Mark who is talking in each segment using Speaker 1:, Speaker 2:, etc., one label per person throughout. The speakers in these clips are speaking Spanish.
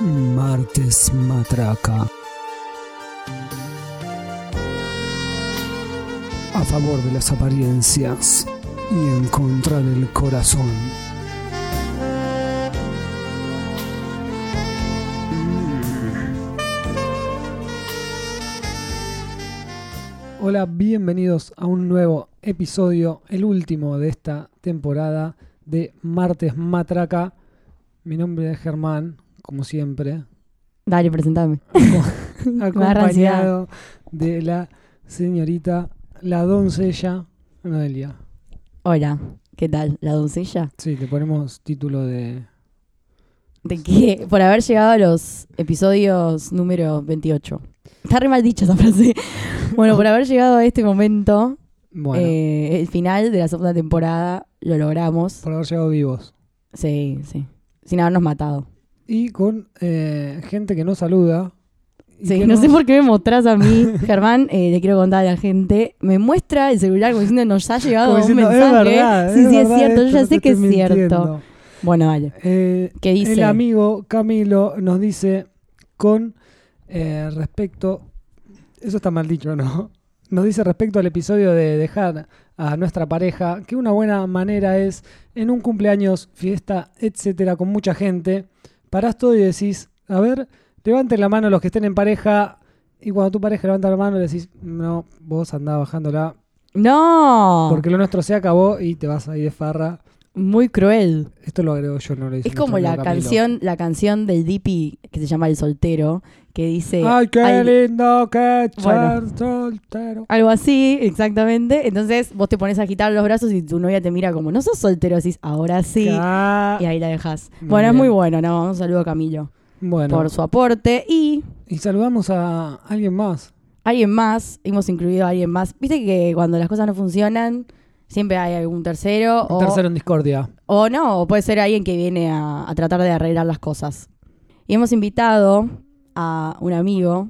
Speaker 1: Martes Matraca. A favor de las apariencias y en contra del corazón. Hola, bienvenidos a un nuevo episodio, el último de esta temporada de Martes Matraca. Mi nombre es Germán, como siempre,
Speaker 2: Dale, presentame.
Speaker 1: aco- acompañado
Speaker 2: ansiedad.
Speaker 1: de la señorita, la doncella Noelia.
Speaker 2: Hola, ¿qué tal? ¿La doncella?
Speaker 1: Sí, le ponemos título de...
Speaker 2: ¿De qué? Por haber llegado a los episodios número 28. Está re mal dicha esa frase. Bueno, por haber llegado a este momento,
Speaker 1: Bueno,
Speaker 2: eh, el final de la segunda temporada, lo logramos.
Speaker 1: por haber llegado vivos.
Speaker 2: Sí, sí. Sin habernos matado.
Speaker 1: Y con eh, gente que no saluda. y
Speaker 2: Sí,
Speaker 1: que
Speaker 2: no
Speaker 1: nos-
Speaker 2: sé por qué me mostrás a mí, Germán, eh, le quiero contar a la gente. Me muestra el celular como diciendo, nos ha llegado
Speaker 1: como
Speaker 2: un
Speaker 1: diciendo,
Speaker 2: mensaje.
Speaker 1: es verdad,
Speaker 2: sí,
Speaker 1: es
Speaker 2: sí, es
Speaker 1: verdad
Speaker 2: cierto, yo
Speaker 1: esto,
Speaker 2: ya
Speaker 1: no
Speaker 2: sé
Speaker 1: te
Speaker 2: que es
Speaker 1: estoy
Speaker 2: cierto.
Speaker 1: mintiendo.
Speaker 2: Bueno, vale.
Speaker 1: Eh,
Speaker 2: ¿Qué dice?
Speaker 1: El amigo Camilo nos dice con eh, respecto... Eso está mal dicho, ¿no? Nos dice respecto al episodio de dejar a nuestra pareja que una buena manera es en un cumpleaños, fiesta, etcétera, con mucha gente, parás todo y decís, a ver, levanten la mano los que estén en pareja y cuando tu pareja levanta la mano le decís, no, vos andá bajándola
Speaker 2: No,
Speaker 1: porque lo nuestro se acabó y te vas ahí de farra.
Speaker 2: muy cruel.
Speaker 1: Esto lo agrego yo, no lo hice.
Speaker 2: Es como la canción, la canción del Dipi que se llama El Soltero, que dice
Speaker 1: Ay, qué
Speaker 2: "Ay,
Speaker 1: lindo que
Speaker 2: Bueno.
Speaker 1: ser soltero.
Speaker 2: algo así, exactamente. Entonces vos te pones a agitar los brazos y tu novia te mira como, no sos soltero, decís, ahora sí.
Speaker 1: Ah,
Speaker 2: Y ahí la dejas.
Speaker 1: Muy
Speaker 2: Bueno, es
Speaker 1: bien.
Speaker 2: muy bueno, no, un saludo a Camilo
Speaker 1: bueno,
Speaker 2: por su aporte. Y
Speaker 1: y saludamos a alguien más.
Speaker 2: alguien más, hemos incluido a alguien más. Viste que cuando las cosas no funcionan, siempre hay algún tercero.
Speaker 1: Un
Speaker 2: o,
Speaker 1: tercero en discordia.
Speaker 2: O no, o puede ser alguien que viene a, a tratar de arreglar las cosas. Y hemos invitado a un amigo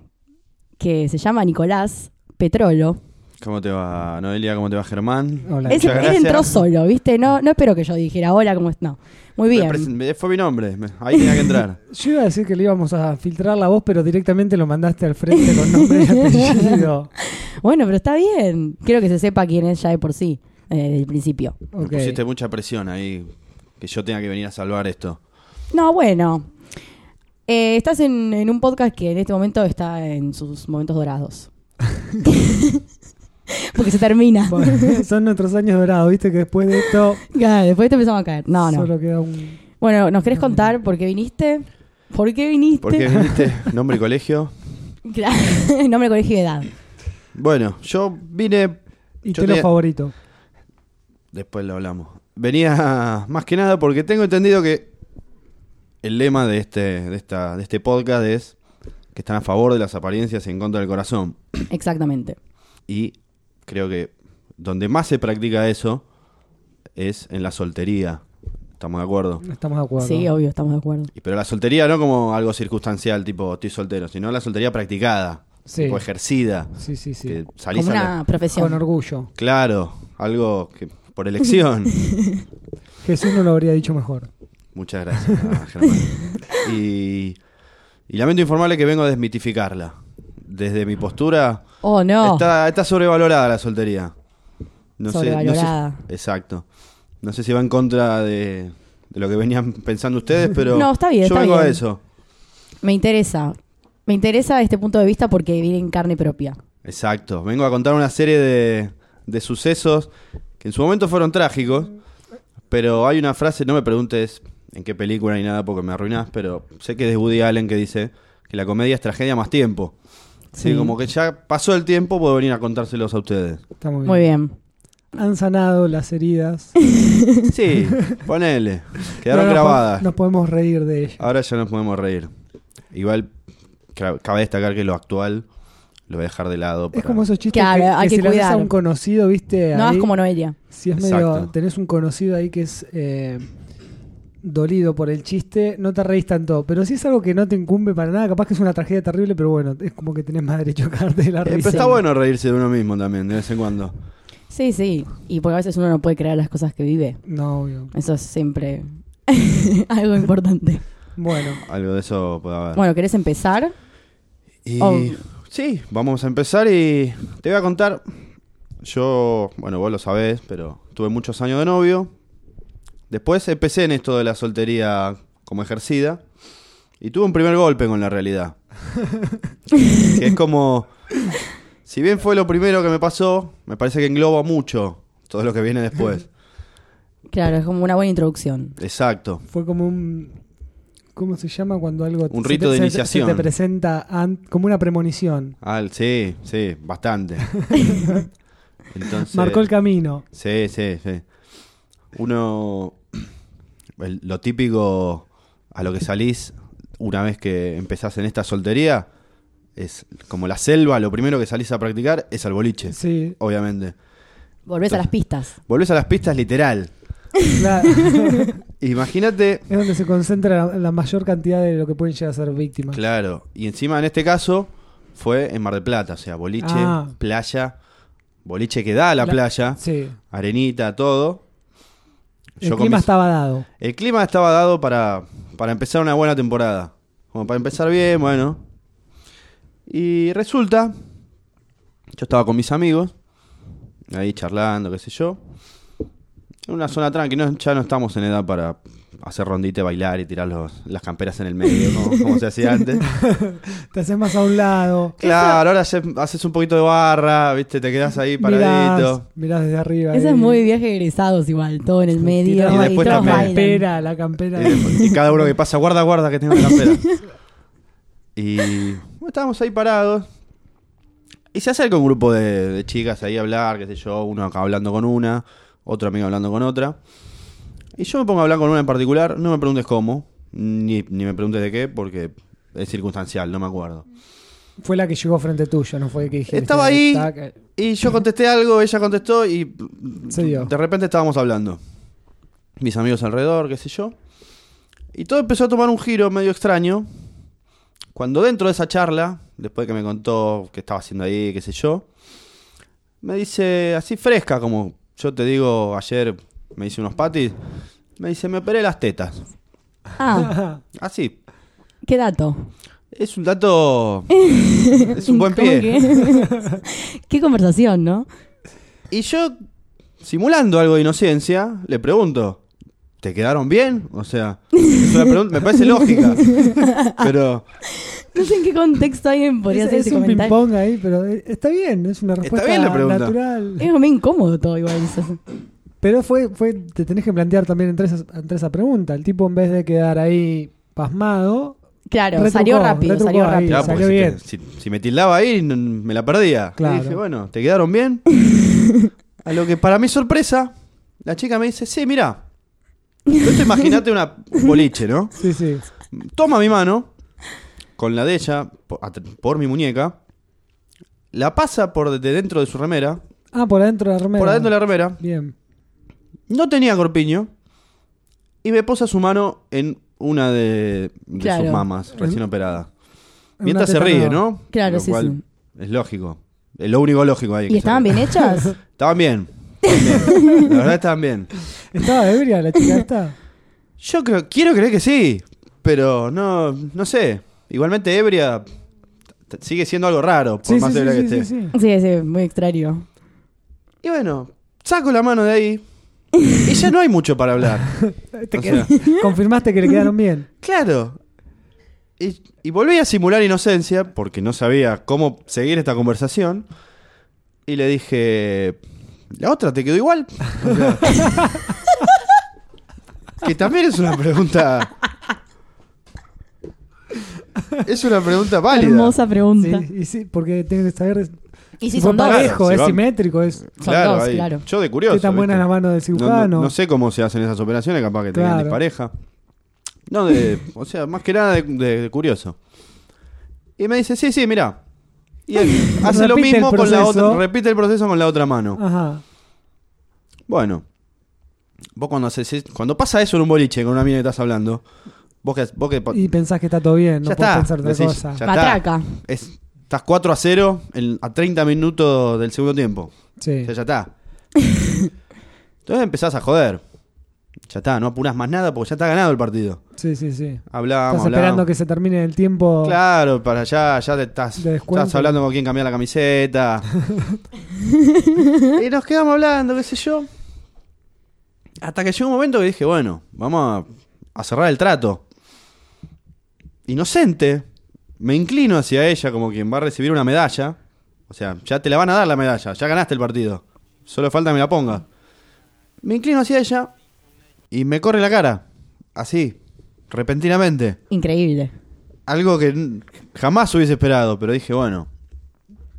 Speaker 2: que se llama Nicolás Petrolo.
Speaker 3: ¿Cómo te va, Noelia? ¿Cómo te va, Germán?
Speaker 1: Hola.
Speaker 2: Ese-
Speaker 3: muchas
Speaker 2: él
Speaker 3: gracias.
Speaker 2: entró solo, ¿viste? No, no espero que yo dijera hola, como es. No. Muy
Speaker 3: Me
Speaker 2: bien.
Speaker 3: presen- me- Fue mi nombre, me- ahí tenía que entrar.
Speaker 1: Yo iba a decir que le íbamos a filtrar la voz, pero directamente lo mandaste al frente con nombre y apellido.
Speaker 2: Bueno, pero está bien. Quiero que se sepa quién es ya de por sí, eh, desde el principio.
Speaker 3: Me
Speaker 1: Ok.
Speaker 3: Pusiste mucha presión ahí, que yo tenga que venir a salvar esto.
Speaker 2: No, bueno. Eh, estás en, en un podcast que en este momento está en sus momentos dorados. Porque se termina.
Speaker 1: Bueno, Son nuestros años dorados, viste que después de esto
Speaker 2: Claro, después te empezamos a caer. No, no.
Speaker 1: solo queda un.
Speaker 2: Bueno, ¿nos querés contar por qué viniste? ¿Por qué viniste?
Speaker 3: ¿Por qué viniste? Nombre y colegio.
Speaker 2: Claro, nombre, colegio y edad.
Speaker 3: Bueno, yo vine,
Speaker 1: Y te
Speaker 3: Yo
Speaker 1: lo
Speaker 3: tenía-
Speaker 1: favorito.
Speaker 3: después lo hablamos. Venía más que nada porque tengo entendido que el lema de este, de esta, de este podcast es que están a favor de las apariencias y en contra del corazón.
Speaker 2: Exactamente.
Speaker 3: Y creo que donde más se practica eso es en la soltería. ¿Estamos de acuerdo?
Speaker 1: Estamos de acuerdo.
Speaker 2: Sí, obvio, estamos de acuerdo.
Speaker 3: Y Pero la soltería no como algo circunstancial, tipo estoy soltero, sino la soltería practicada,
Speaker 1: Sí.
Speaker 3: tipo ejercida,
Speaker 1: sí, sí, sí.
Speaker 3: que salís
Speaker 2: Como
Speaker 3: a la-
Speaker 2: una profesión.
Speaker 1: Con orgullo.
Speaker 3: Claro, algo que por elección.
Speaker 1: Jesús no lo habría dicho mejor.
Speaker 3: Muchas gracias, ah, Germán. Y, y lamento informarle que vengo a desmitificarla. Desde mi postura,
Speaker 2: Oh, no.
Speaker 3: está, está sobrevalorada la soltería. No sé- no sé-
Speaker 2: Sobrevalorada.
Speaker 3: exacto. No sé si va en contra de, de lo que venían pensando ustedes, pero
Speaker 2: No, está bien,
Speaker 3: yo
Speaker 2: está
Speaker 3: vengo a
Speaker 2: bien.
Speaker 3: eso.
Speaker 2: Me interesa. Me interesa este punto de vista porque viene en carne propia.
Speaker 3: Exacto, vengo a contar una serie de, de sucesos que en su momento fueron trágicos, pero hay una frase, no me preguntes en qué película ni nada porque me arruinás, pero sé que es de Woody Allen que dice que la comedia es tragedia más tiempo. Sí.
Speaker 2: Sí.
Speaker 3: como que ya pasó el tiempo, puedo venir a contárselos a ustedes.
Speaker 1: Está muy bien.
Speaker 2: Muy bien.
Speaker 1: Han sanado las heridas.
Speaker 3: Sí, ponele, quedaron
Speaker 1: No nos po-
Speaker 3: grabadas.
Speaker 1: Nos podemos reír de ellas.
Speaker 3: Ahora ya nos podemos reír. Igual, cra- cabe destacar que lo actual lo voy a dejar de lado.
Speaker 1: Es
Speaker 3: para- Eh,
Speaker 1: como esos chistes
Speaker 2: Claro,
Speaker 1: que,
Speaker 2: hay
Speaker 1: que si
Speaker 2: que
Speaker 1: le haces a
Speaker 2: cuidar.
Speaker 1: un conocido, viste.
Speaker 2: No
Speaker 1: ahí,
Speaker 2: hagas como Noelia.
Speaker 1: Si es medio,
Speaker 3: Exacto.
Speaker 1: tenés un conocido ahí que es eh, dolido por el chiste, no te reís tanto. Pero si es algo que no te incumbe para nada, capaz que es una tragedia terrible, pero bueno, es como que tenés más derecho a cagarte de la
Speaker 3: Eh,
Speaker 1: risa.
Speaker 3: pero está bueno reírse de uno mismo también, de vez en cuando.
Speaker 2: Sí, sí. Y porque a veces uno no puede crear las cosas que vive.
Speaker 1: No, obvio.
Speaker 2: Eso es siempre algo importante.
Speaker 1: Bueno,
Speaker 3: Algo de eso puede haber.
Speaker 2: Bueno, ¿querés empezar?
Speaker 3: Y
Speaker 2: Oh.
Speaker 3: sí, vamos a empezar y te voy a contar. Yo, bueno, vos lo sabés, pero tuve muchos años de novio. Después empecé en esto de la soltería como ejercida. Y tuve un primer golpe con la realidad. que es como. Si bien fue lo primero que me pasó, me parece que engloba mucho todo lo que viene después.
Speaker 2: Claro, es como una buena introducción.
Speaker 3: Exacto.
Speaker 1: fue como un. ¿Cómo se llama cuando algo.
Speaker 3: Un
Speaker 1: se
Speaker 3: rito
Speaker 1: te-
Speaker 3: de
Speaker 1: se te-
Speaker 3: iniciación.
Speaker 1: Se te presenta an- como una premonición.
Speaker 3: Ah, sí, sí, bastante. Entonces,
Speaker 1: Marcó el camino.
Speaker 3: Sí, sí, sí. Uno, el- lo típico a lo que salís una vez que empezás en esta soltería es como la selva, lo primero que salís a practicar es al boliche,
Speaker 1: Sí,
Speaker 3: obviamente.
Speaker 2: Volvés a las pistas.
Speaker 3: Volvés a las pistas literal.
Speaker 1: claro.
Speaker 3: Imagínate,
Speaker 1: es donde se concentra la, la mayor cantidad de lo que pueden llegar a ser víctimas.
Speaker 3: claro, y encima en este caso fue en Mar del Plata, o sea, boliche,
Speaker 1: Ah.
Speaker 3: playa, boliche que da a la,
Speaker 1: La-
Speaker 3: playa,
Speaker 1: Sí.
Speaker 3: arenita, todo.
Speaker 1: El
Speaker 3: Yo con
Speaker 1: clima
Speaker 3: mis-
Speaker 1: estaba dado.
Speaker 3: El clima estaba dado para, para empezar una buena temporada. Como para empezar bien, bueno. Y resulta, yo estaba con mis amigos, ahí charlando, qué sé yo. En una zona tranqui, no- ya no estamos en edad para hacer rondite, bailar y tirar los- las camperas en el medio, como, como se hacía antes.
Speaker 1: Te haces más a un lado.
Speaker 3: Claro, ahora haces, haces un poquito de barra, viste, te quedas ahí
Speaker 1: Mirás,
Speaker 3: paradito.
Speaker 1: mirás desde arriba.
Speaker 2: Ese
Speaker 1: ahí.
Speaker 2: es muy viaje de egresados igual, todo en el medio.
Speaker 1: Tirás
Speaker 3: Y después
Speaker 2: todos
Speaker 1: la
Speaker 3: también.
Speaker 2: bailan.
Speaker 1: campera, la campera.
Speaker 3: Y después- Y cada uno que pasa, guarda, guarda, que tengo la campera. Y bueno, estábamos ahí parados. Y se acerca un grupo de, de chicas ahí a hablar, qué sé yo, uno acá hablando con una, otro amigo hablando con otra. Y yo me pongo a hablar con una en particular, no me preguntes cómo, ni, ni me preguntes de qué, porque es circunstancial, no me acuerdo.
Speaker 1: Fue la que llegó frente tuyo, no fue que dijiste.
Speaker 3: Estaba ahí.
Speaker 1: "Tac".
Speaker 3: Y yo contesté algo, ella contestó y
Speaker 1: Se dio.
Speaker 3: de repente estábamos hablando. Mis amigos alrededor, qué sé yo. Y todo empezó a tomar un giro medio extraño. Cuando dentro de esa charla, después que me contó qué estaba haciendo ahí, qué sé yo, me dice así fresca, como yo te digo ayer me hice unos patis, me dice, me operé las tetas.
Speaker 2: Ah,
Speaker 3: Así.
Speaker 2: qué dato.
Speaker 3: Es un dato... es un buen
Speaker 2: ¿Cómo
Speaker 3: pie.
Speaker 2: que? qué conversación, ¿no?
Speaker 3: Y yo, simulando algo de inocencia, le pregunto, ¿te quedaron bien? O sea, es una pregunta- me parece lógica. Pero
Speaker 2: No sé en qué contexto alguien podría
Speaker 1: es,
Speaker 2: hacer
Speaker 1: es
Speaker 2: ese
Speaker 1: un ping
Speaker 2: comentario.
Speaker 1: pong ahí, pero eh, está bien, es una respuesta
Speaker 3: bien la pregunta.
Speaker 1: natural.
Speaker 2: Es muy incómodo todo igual. eso.
Speaker 1: Pero fue, fue, te tenés que plantear también entre, esas- entre esa pregunta. El tipo en vez de quedar ahí pasmado,
Speaker 2: Claro,
Speaker 1: Retrucó,
Speaker 2: salió rápido,
Speaker 1: retrucó
Speaker 2: salió
Speaker 1: ahí. pues.
Speaker 2: rápido.
Speaker 3: claro, porque
Speaker 1: salió
Speaker 3: si, te-
Speaker 1: bien.
Speaker 3: si- si me tildaba ahí, no- me la perdía.
Speaker 1: Claro.
Speaker 3: Y dije, bueno, ¿te quedaron bien? A lo que para mi sorpresa, la chica me dice, sí, mira, te imagínate una un boliche, ¿no?
Speaker 1: sí, sí.
Speaker 3: Toma mi mano, con la de ella, por, at- por mi muñeca, la pasa por de dentro de su remera,
Speaker 1: Ah, por adentro de la remera.
Speaker 3: por adentro de la remera,
Speaker 1: Bien.
Speaker 3: No tenía corpiño. Y me posa su mano en una de, de
Speaker 2: Claro.
Speaker 3: sus mamas recién
Speaker 1: En-
Speaker 3: operada.
Speaker 1: En
Speaker 3: Mientras
Speaker 1: una
Speaker 3: se
Speaker 1: teta
Speaker 3: ríe,
Speaker 1: nueva.
Speaker 3: ¿no?
Speaker 2: Claro, sí,
Speaker 3: Es lógico. Es lo único lógico ahí. que
Speaker 2: ¿Y
Speaker 3: se
Speaker 2: estaban
Speaker 3: ríe.
Speaker 2: bien hechas?
Speaker 3: Estaban bien. Estaban bien. La verdad estaban bien.
Speaker 1: Estaba ebria la chica esta.
Speaker 3: Yo creo, quiero creer que sí. Pero no, no sé. Igualmente ebria t- sigue siendo algo raro, por
Speaker 1: Sí, sí,
Speaker 3: más
Speaker 1: sí,
Speaker 3: ebria
Speaker 1: sí,
Speaker 3: que esté.
Speaker 1: sí, sí.
Speaker 2: Sí, sí, muy extraño.
Speaker 3: Y bueno, saco la mano de ahí. Y ya no hay mucho para hablar.
Speaker 1: Te
Speaker 3: O
Speaker 1: qued-
Speaker 3: sea,
Speaker 1: Confirmaste que le quedaron bien.
Speaker 3: Claro. Y, y volví a simular inocencia porque no sabía cómo seguir esta conversación. Y le dije, la otra te quedó igual. O sea, que también es una pregunta... Es una pregunta válida.
Speaker 2: Hermosa pregunta.
Speaker 1: Sí, y sí, porque tienes que saber.
Speaker 2: Mm. Y
Speaker 1: si
Speaker 2: si son
Speaker 1: fue
Speaker 2: dos.
Speaker 1: parejo,
Speaker 3: Claro, si
Speaker 1: es
Speaker 3: van-
Speaker 1: simétrico, es.
Speaker 3: Claro,
Speaker 2: Son dos,
Speaker 3: ahí.
Speaker 2: claro.
Speaker 3: Yo de curioso.
Speaker 1: Qué tan buena
Speaker 3: ¿viste?
Speaker 1: la mano del
Speaker 3: No- no-
Speaker 1: cirujano.
Speaker 3: No, sé cómo se hacen esas operaciones, capaz que tengan
Speaker 1: Este Claro.
Speaker 3: dispareja. No, de, o sea, más que nada de, de- de curioso. Y me dice, sí, sí, mirá. Y él hace lo
Speaker 1: Repite el
Speaker 3: mismo con la
Speaker 1: proceso. Ah.
Speaker 3: otra, repite el proceso con la otra mano.
Speaker 1: Ajá.
Speaker 3: Bueno, vos cuando haces, cuando pasa eso en un boliche con una mina que estás hablando, vos que, vos que pa-
Speaker 1: Y pensás que está todo bien, no
Speaker 3: Ya
Speaker 1: puedes
Speaker 3: está,
Speaker 1: pensar otra
Speaker 3: decís,
Speaker 1: cosa.
Speaker 3: ya-
Speaker 2: Patraca.
Speaker 3: es- estás 4 a 0 en- a 30 minutos del segundo tiempo.
Speaker 1: Sí.
Speaker 3: O sea, ya está. Entonces empezás a joder. Ya está, no apuras más nada porque ya está ganado el partido.
Speaker 1: Sí, sí, sí.
Speaker 3: Hablábamos,
Speaker 1: Estás esperando
Speaker 3: hablábamos.
Speaker 1: que se termine el tiempo.
Speaker 3: Claro, para allá ya te estás,
Speaker 1: De descuento.
Speaker 3: estás hablando con quién cambiar la camiseta. y nos quedamos hablando, qué sé yo. Hasta que llegó un momento que dije, bueno, vamos a, a cerrar el trato. Inocente, me inclino hacia ella como quien va a recibir una medalla. O sea, ya te la van a dar la medalla, ya ganaste el partido. Solo falta que me la ponga. Me inclino hacia ella y me corre la cara. Así, repentinamente.
Speaker 2: Increíble.
Speaker 3: Algo que n- jamás hubiese esperado, pero dije, bueno,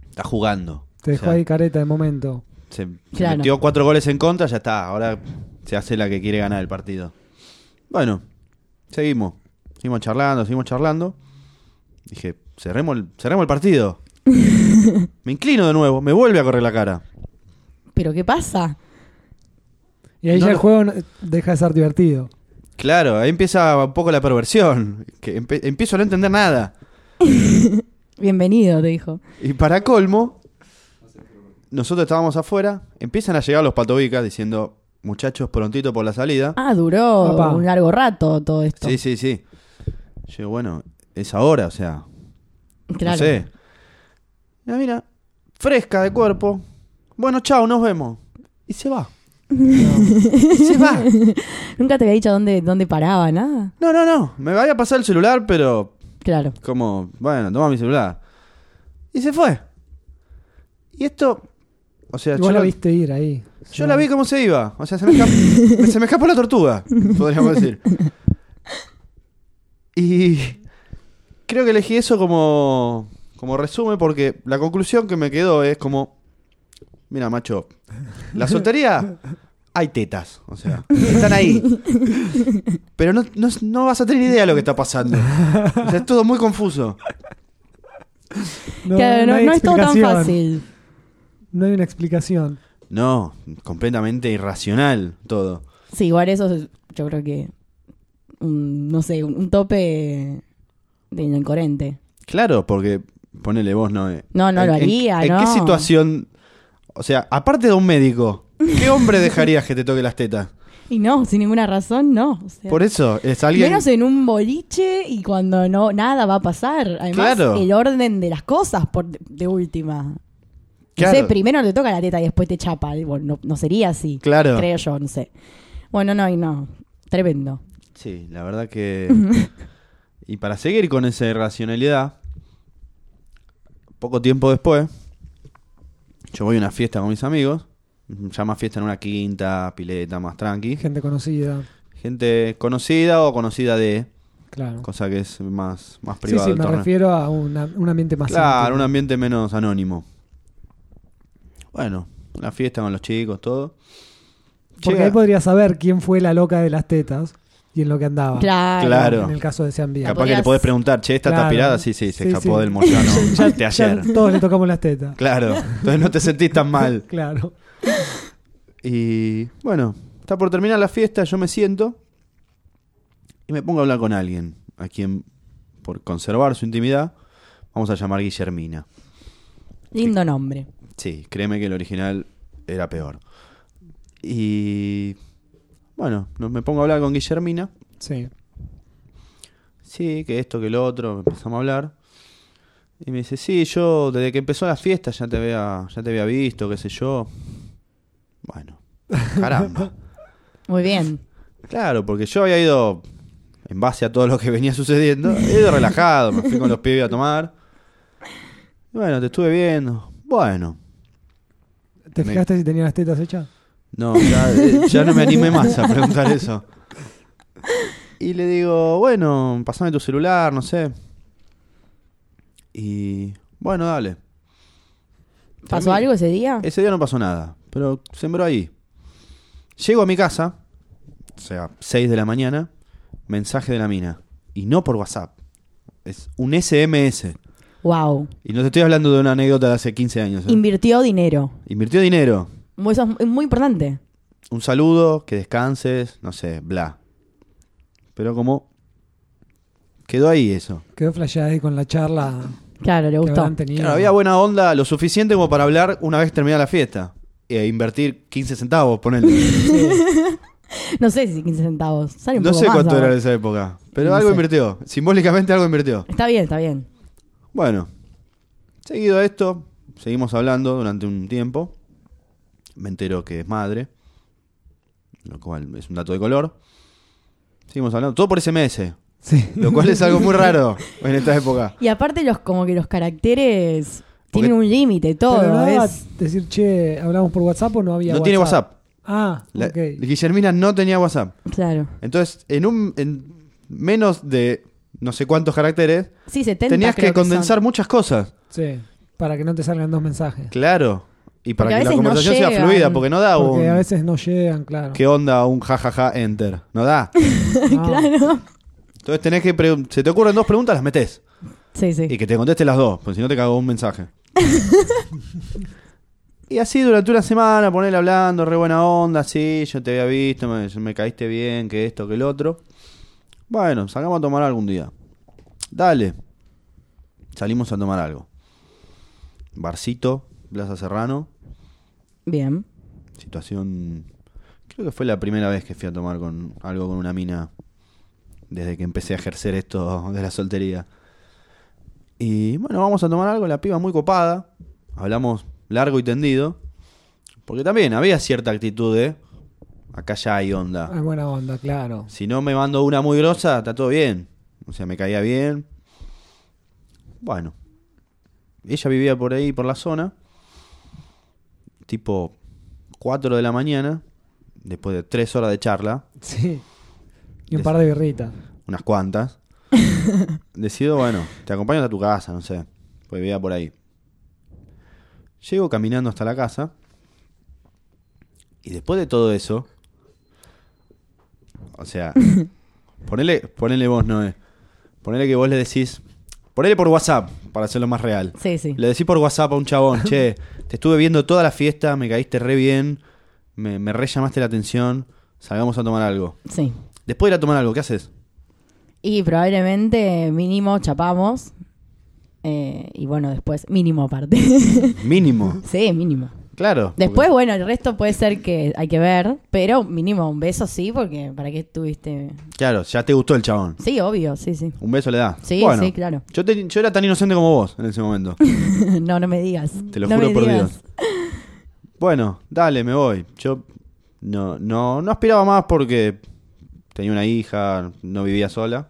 Speaker 3: está jugando.
Speaker 1: Te
Speaker 3: O
Speaker 1: dejó
Speaker 3: sea,
Speaker 1: ahí careta de momento.
Speaker 3: Se, se
Speaker 2: Claro.
Speaker 3: metió cuatro goles en contra, ya está. Ahora se hace la que quiere ganar el partido. Bueno, seguimos. Seguimos charlando, seguimos charlando. Dije, cerremos el, cerremos el partido. me inclino de nuevo, me vuelve a correr la cara.
Speaker 2: ¿Pero qué pasa?
Speaker 1: Y ahí
Speaker 3: No
Speaker 1: ya el
Speaker 3: lo-
Speaker 1: juego no- deja de ser divertido.
Speaker 3: Claro, ahí empieza un poco la perversión. Que empe- empiezo a no entender nada.
Speaker 2: Bienvenido, te dijo.
Speaker 3: Y para colmo, nosotros estábamos afuera, empiezan a llegar los patobicas diciendo, muchachos, prontito por la salida.
Speaker 2: Ah, duró
Speaker 1: Apa.
Speaker 2: un largo rato todo esto.
Speaker 3: Sí, sí, sí. Yo, bueno, es ahora, o sea,
Speaker 2: claro.
Speaker 3: no sé. Mira, mira, fresca de cuerpo. Bueno, chao, nos vemos. Y se va. Y se va.
Speaker 2: Nunca te había dicho dónde, dónde paraba, nada.
Speaker 3: No, no, no. Me vaya a pasar el celular, pero
Speaker 2: Claro.
Speaker 3: como, bueno, toma mi celular. Y se fue. Y esto, o sea,
Speaker 1: Y vos
Speaker 3: yo
Speaker 1: la
Speaker 3: lo-
Speaker 1: viste ir ahí.
Speaker 3: Yo la vi cómo se iba. O sea, se me, escapó, se me escapó la tortuga, podríamos decir. Y creo que elegí eso como, como resumen porque la conclusión que me quedó es como, mira, macho, la soltería hay tetas, o sea, están ahí. Pero no, no- no vas a tener idea de lo que está pasando. O sea, es todo muy confuso.
Speaker 1: No,
Speaker 2: Claro, no,
Speaker 1: hay
Speaker 2: no es todo tan
Speaker 1: explicación.
Speaker 2: fácil.
Speaker 1: No hay una explicación.
Speaker 3: No, completamente irracional todo.
Speaker 2: Sí, igual eso es- yo creo que. un- no sé, un, un tope de incoherente.
Speaker 3: Claro, porque ponele vos, no. eh.
Speaker 2: No, no
Speaker 3: ¿En-
Speaker 2: lo
Speaker 3: en-
Speaker 2: haría,
Speaker 3: ¿En,
Speaker 2: no.
Speaker 3: qué situación? O sea, aparte de un médico, ¿qué hombre dejarías que te toque las tetas?
Speaker 2: Y no, sin ninguna razón, no. O sea,
Speaker 3: Por eso, es alguien.
Speaker 2: Menos en un boliche y cuando no nada va a pasar. Además,
Speaker 3: Claro.
Speaker 2: el orden de las cosas por de última. No
Speaker 3: Claro.
Speaker 2: sé, primero te toca la teta y después te chapa. Bueno, no, no sería así.
Speaker 3: Claro.
Speaker 2: Creo yo, no sé. Bueno, no, y no. Tremendo.
Speaker 3: Sí, la verdad que. y para seguir con esa irracionalidad, poco tiempo después, yo voy a una fiesta con mis amigos. Ya más fiesta en una quinta, pileta, más tranqui.
Speaker 1: Gente conocida.
Speaker 3: Gente conocida o conocida de,
Speaker 1: Claro.
Speaker 3: cosa que es más, más
Speaker 1: Sí,
Speaker 3: privada
Speaker 1: sí,
Speaker 3: el
Speaker 1: me
Speaker 3: torneo.
Speaker 1: refiero a una- un ambiente más
Speaker 3: Claro, un
Speaker 1: íntimo.
Speaker 3: ambiente menos anónimo. Bueno, la fiesta con los chicos, todo.
Speaker 1: Porque
Speaker 3: Llega-
Speaker 1: ahí podría saber quién fue la loca de las tetas y en lo que
Speaker 3: Ah,
Speaker 1: andaba.
Speaker 2: Claro.
Speaker 3: Claro.
Speaker 1: En el caso de Sean Díaz.
Speaker 3: Capaz
Speaker 2: podrías-
Speaker 3: que le podés preguntar, che, ¿esta
Speaker 1: Claro.
Speaker 3: está pirada? Sí, sí, se
Speaker 1: Sí,
Speaker 3: escapó
Speaker 1: sí.
Speaker 3: del Moyano de ayer.
Speaker 1: Ya todos le tocamos las tetas.
Speaker 3: Claro, entonces no te sentís tan mal.
Speaker 1: Claro.
Speaker 3: Y bueno, está por terminar la fiesta, yo me siento y me pongo a hablar con alguien, a quien, por conservar su intimidad, vamos a llamar Guillermina.
Speaker 2: Lindo nombre.
Speaker 3: Sí, créeme que el original era peor. Y bueno, no- me pongo a hablar con Guillermina.
Speaker 1: Sí.
Speaker 3: Sí, que esto, que lo otro, empezamos a hablar. Y me dice, sí, yo desde que empezó la fiesta ya te había, ya te había visto, qué sé yo. Bueno, caramba.
Speaker 2: Muy bien.
Speaker 3: Claro, porque yo había ido, en base a todo lo que venía sucediendo, he ido relajado, me fui con los pibes a tomar. Y Bueno, te estuve viendo. Bueno,
Speaker 1: ¿Te
Speaker 3: Me-
Speaker 1: fijaste si tenía las tetas hechas?
Speaker 3: No, ya, eh, ya no me animé más a preguntar eso. Y le digo, bueno, pasame tu celular, no sé. Y bueno, dale.
Speaker 2: ¿Pasó
Speaker 3: Termino.
Speaker 2: algo ese día?
Speaker 3: Ese día no pasó nada, pero sembró ahí. Llego a mi casa, o sea, 6 de la mañana, mensaje de la mina. Y no por WhatsApp. Es un SMS.
Speaker 2: Wow.
Speaker 3: Y no te estoy hablando de una anécdota de hace 15 años. ¿eh?
Speaker 2: Invirtió dinero.
Speaker 3: Invirtió dinero.
Speaker 2: Eso es muy importante.
Speaker 3: un saludo, que descanses, no sé, bla. Pero como quedó ahí eso.
Speaker 1: Quedó flasheada ahí con la charla
Speaker 2: Claro, le
Speaker 1: que
Speaker 2: gustó.
Speaker 1: habrán tenido.
Speaker 3: Claro, había buena onda, lo suficiente como para hablar una vez terminada la fiesta. eh, invertir 15 centavos, ponele.
Speaker 2: No sé si 15 centavos. Sale un
Speaker 3: No
Speaker 2: poco
Speaker 3: sé
Speaker 2: más
Speaker 3: cuánto
Speaker 2: ahora.
Speaker 3: era en esa época, pero
Speaker 2: No
Speaker 3: algo
Speaker 2: sé.
Speaker 3: invirtió. Simbólicamente algo invirtió.
Speaker 2: Está bien, está bien.
Speaker 3: Bueno, seguido a esto, seguimos hablando durante un tiempo. Me entero que es madre, lo cual es un dato de color. Seguimos hablando, todo por SMS,
Speaker 1: Sí.
Speaker 3: lo cual es algo muy raro en esta época.
Speaker 2: Y aparte los como que los caracteres
Speaker 3: Porque-
Speaker 2: tienen un límite,
Speaker 1: Pero
Speaker 2: todo.
Speaker 1: no daba
Speaker 2: Es...
Speaker 1: decir, che, hablamos por WhatsApp o no había
Speaker 3: No tiene WhatsApp.
Speaker 1: Ah,
Speaker 3: La-
Speaker 1: ok.
Speaker 3: Guillermina no tenía WhatsApp.
Speaker 2: Claro.
Speaker 3: Entonces, en un en menos de no sé cuántos caracteres,
Speaker 2: Sí, 70
Speaker 3: tenías que
Speaker 2: creo son.
Speaker 3: condensar muchas cosas.
Speaker 1: Sí, para que no te salgan dos mensajes.
Speaker 3: Claro. Y para
Speaker 2: Porque a
Speaker 3: que la
Speaker 2: veces no
Speaker 3: conversación sea
Speaker 2: llegan.
Speaker 3: fluida, porque no da
Speaker 1: Porque a
Speaker 3: un...
Speaker 1: veces no llegan, claro.
Speaker 3: ¿Qué onda un jajaja enter? No da.
Speaker 1: No.
Speaker 2: Claro.
Speaker 3: Entonces tenés que... pregun- Se te ocurren dos preguntas, las metés.
Speaker 2: Sí, sí.
Speaker 3: Y que te conteste las dos, porque si no te cago un mensaje. y así durante una semana, ponerle hablando, re buena onda, sí, yo te había visto, me, me caíste bien, que esto, que el otro. Bueno, salgamos a tomar algún día. Dale. Salimos a tomar algo. Barcito, Plaza Serrano.
Speaker 2: Bien.
Speaker 3: Situación... Creo que fue la primera vez que fui a tomar con algo con una mina desde que empecé a ejercer esto de la soltería. Y bueno, vamos a tomar algo, la piba muy copada. Hablamos largo y tendido. Porque también había cierta actitud de... Acá ya hay onda.
Speaker 1: Ah, buena onda, claro.
Speaker 3: Si no me mando una muy grosa, está todo bien. O sea, me caía bien. Bueno. Ella vivía por ahí, por la zona. Tipo 4 de la mañana. Después de 3 horas de charla.
Speaker 1: Sí. Y un par de birritas.
Speaker 3: Unas cuantas. Decido, bueno, te acompaño hasta tu casa, no sé. Pues vivía por ahí. Llego caminando hasta la casa. Y después de todo eso. O sea. ponele, ponele vos, Noé. Ponele que vos le decís. Ponele por WhatsApp, para hacerlo más real.
Speaker 2: Sí, sí.
Speaker 3: Le decís por WhatsApp a un chabón, che, te estuve viendo toda la fiesta, me caíste re bien, me, me re llamaste la atención, salgamos a tomar algo.
Speaker 2: Sí.
Speaker 3: Después de ir a tomar algo, ¿qué haces?
Speaker 2: Y probablemente mínimo chapamos. Eh, y bueno, después mínimo aparte.
Speaker 3: Mínimo.
Speaker 2: sí, mínimo.
Speaker 3: Claro.
Speaker 2: Después, bueno, el resto puede ser que hay que ver, pero mínimo un beso sí, porque ¿para qué estuviste?
Speaker 3: porque- claro, ya te gustó el chabón.
Speaker 2: Sí, obvio, sí, sí.
Speaker 3: Un beso le da.
Speaker 2: Sí,
Speaker 3: Bueno,
Speaker 2: sí, claro.
Speaker 3: Yo, te- yo era tan inocente como vos en ese momento.
Speaker 2: no, no me digas.
Speaker 3: Te lo
Speaker 2: No
Speaker 3: juro
Speaker 2: me
Speaker 3: por
Speaker 2: digas.
Speaker 3: Dios. Bueno, dale, me voy. Yo no, no, no aspiraba más porque tenía una hija, no vivía sola.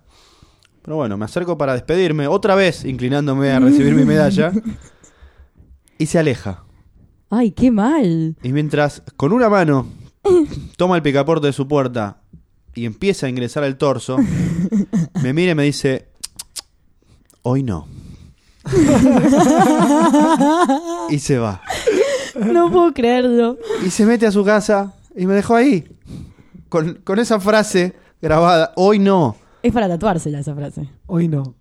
Speaker 3: Pero bueno, me acerco para despedirme, otra vez inclinándome a recibir mi medalla. Y se aleja.
Speaker 2: Ay, qué mal.
Speaker 3: Y mientras con una mano toma el picaporte de su puerta y empieza a ingresar el torso, me mira y me dice, hoy no. y se va.
Speaker 2: No puedo creerlo.
Speaker 3: Y se mete a su casa y me dejó ahí. Con, con esa frase grabada, hoy no.
Speaker 2: Es para tatuársela esa frase.
Speaker 1: Hoy no.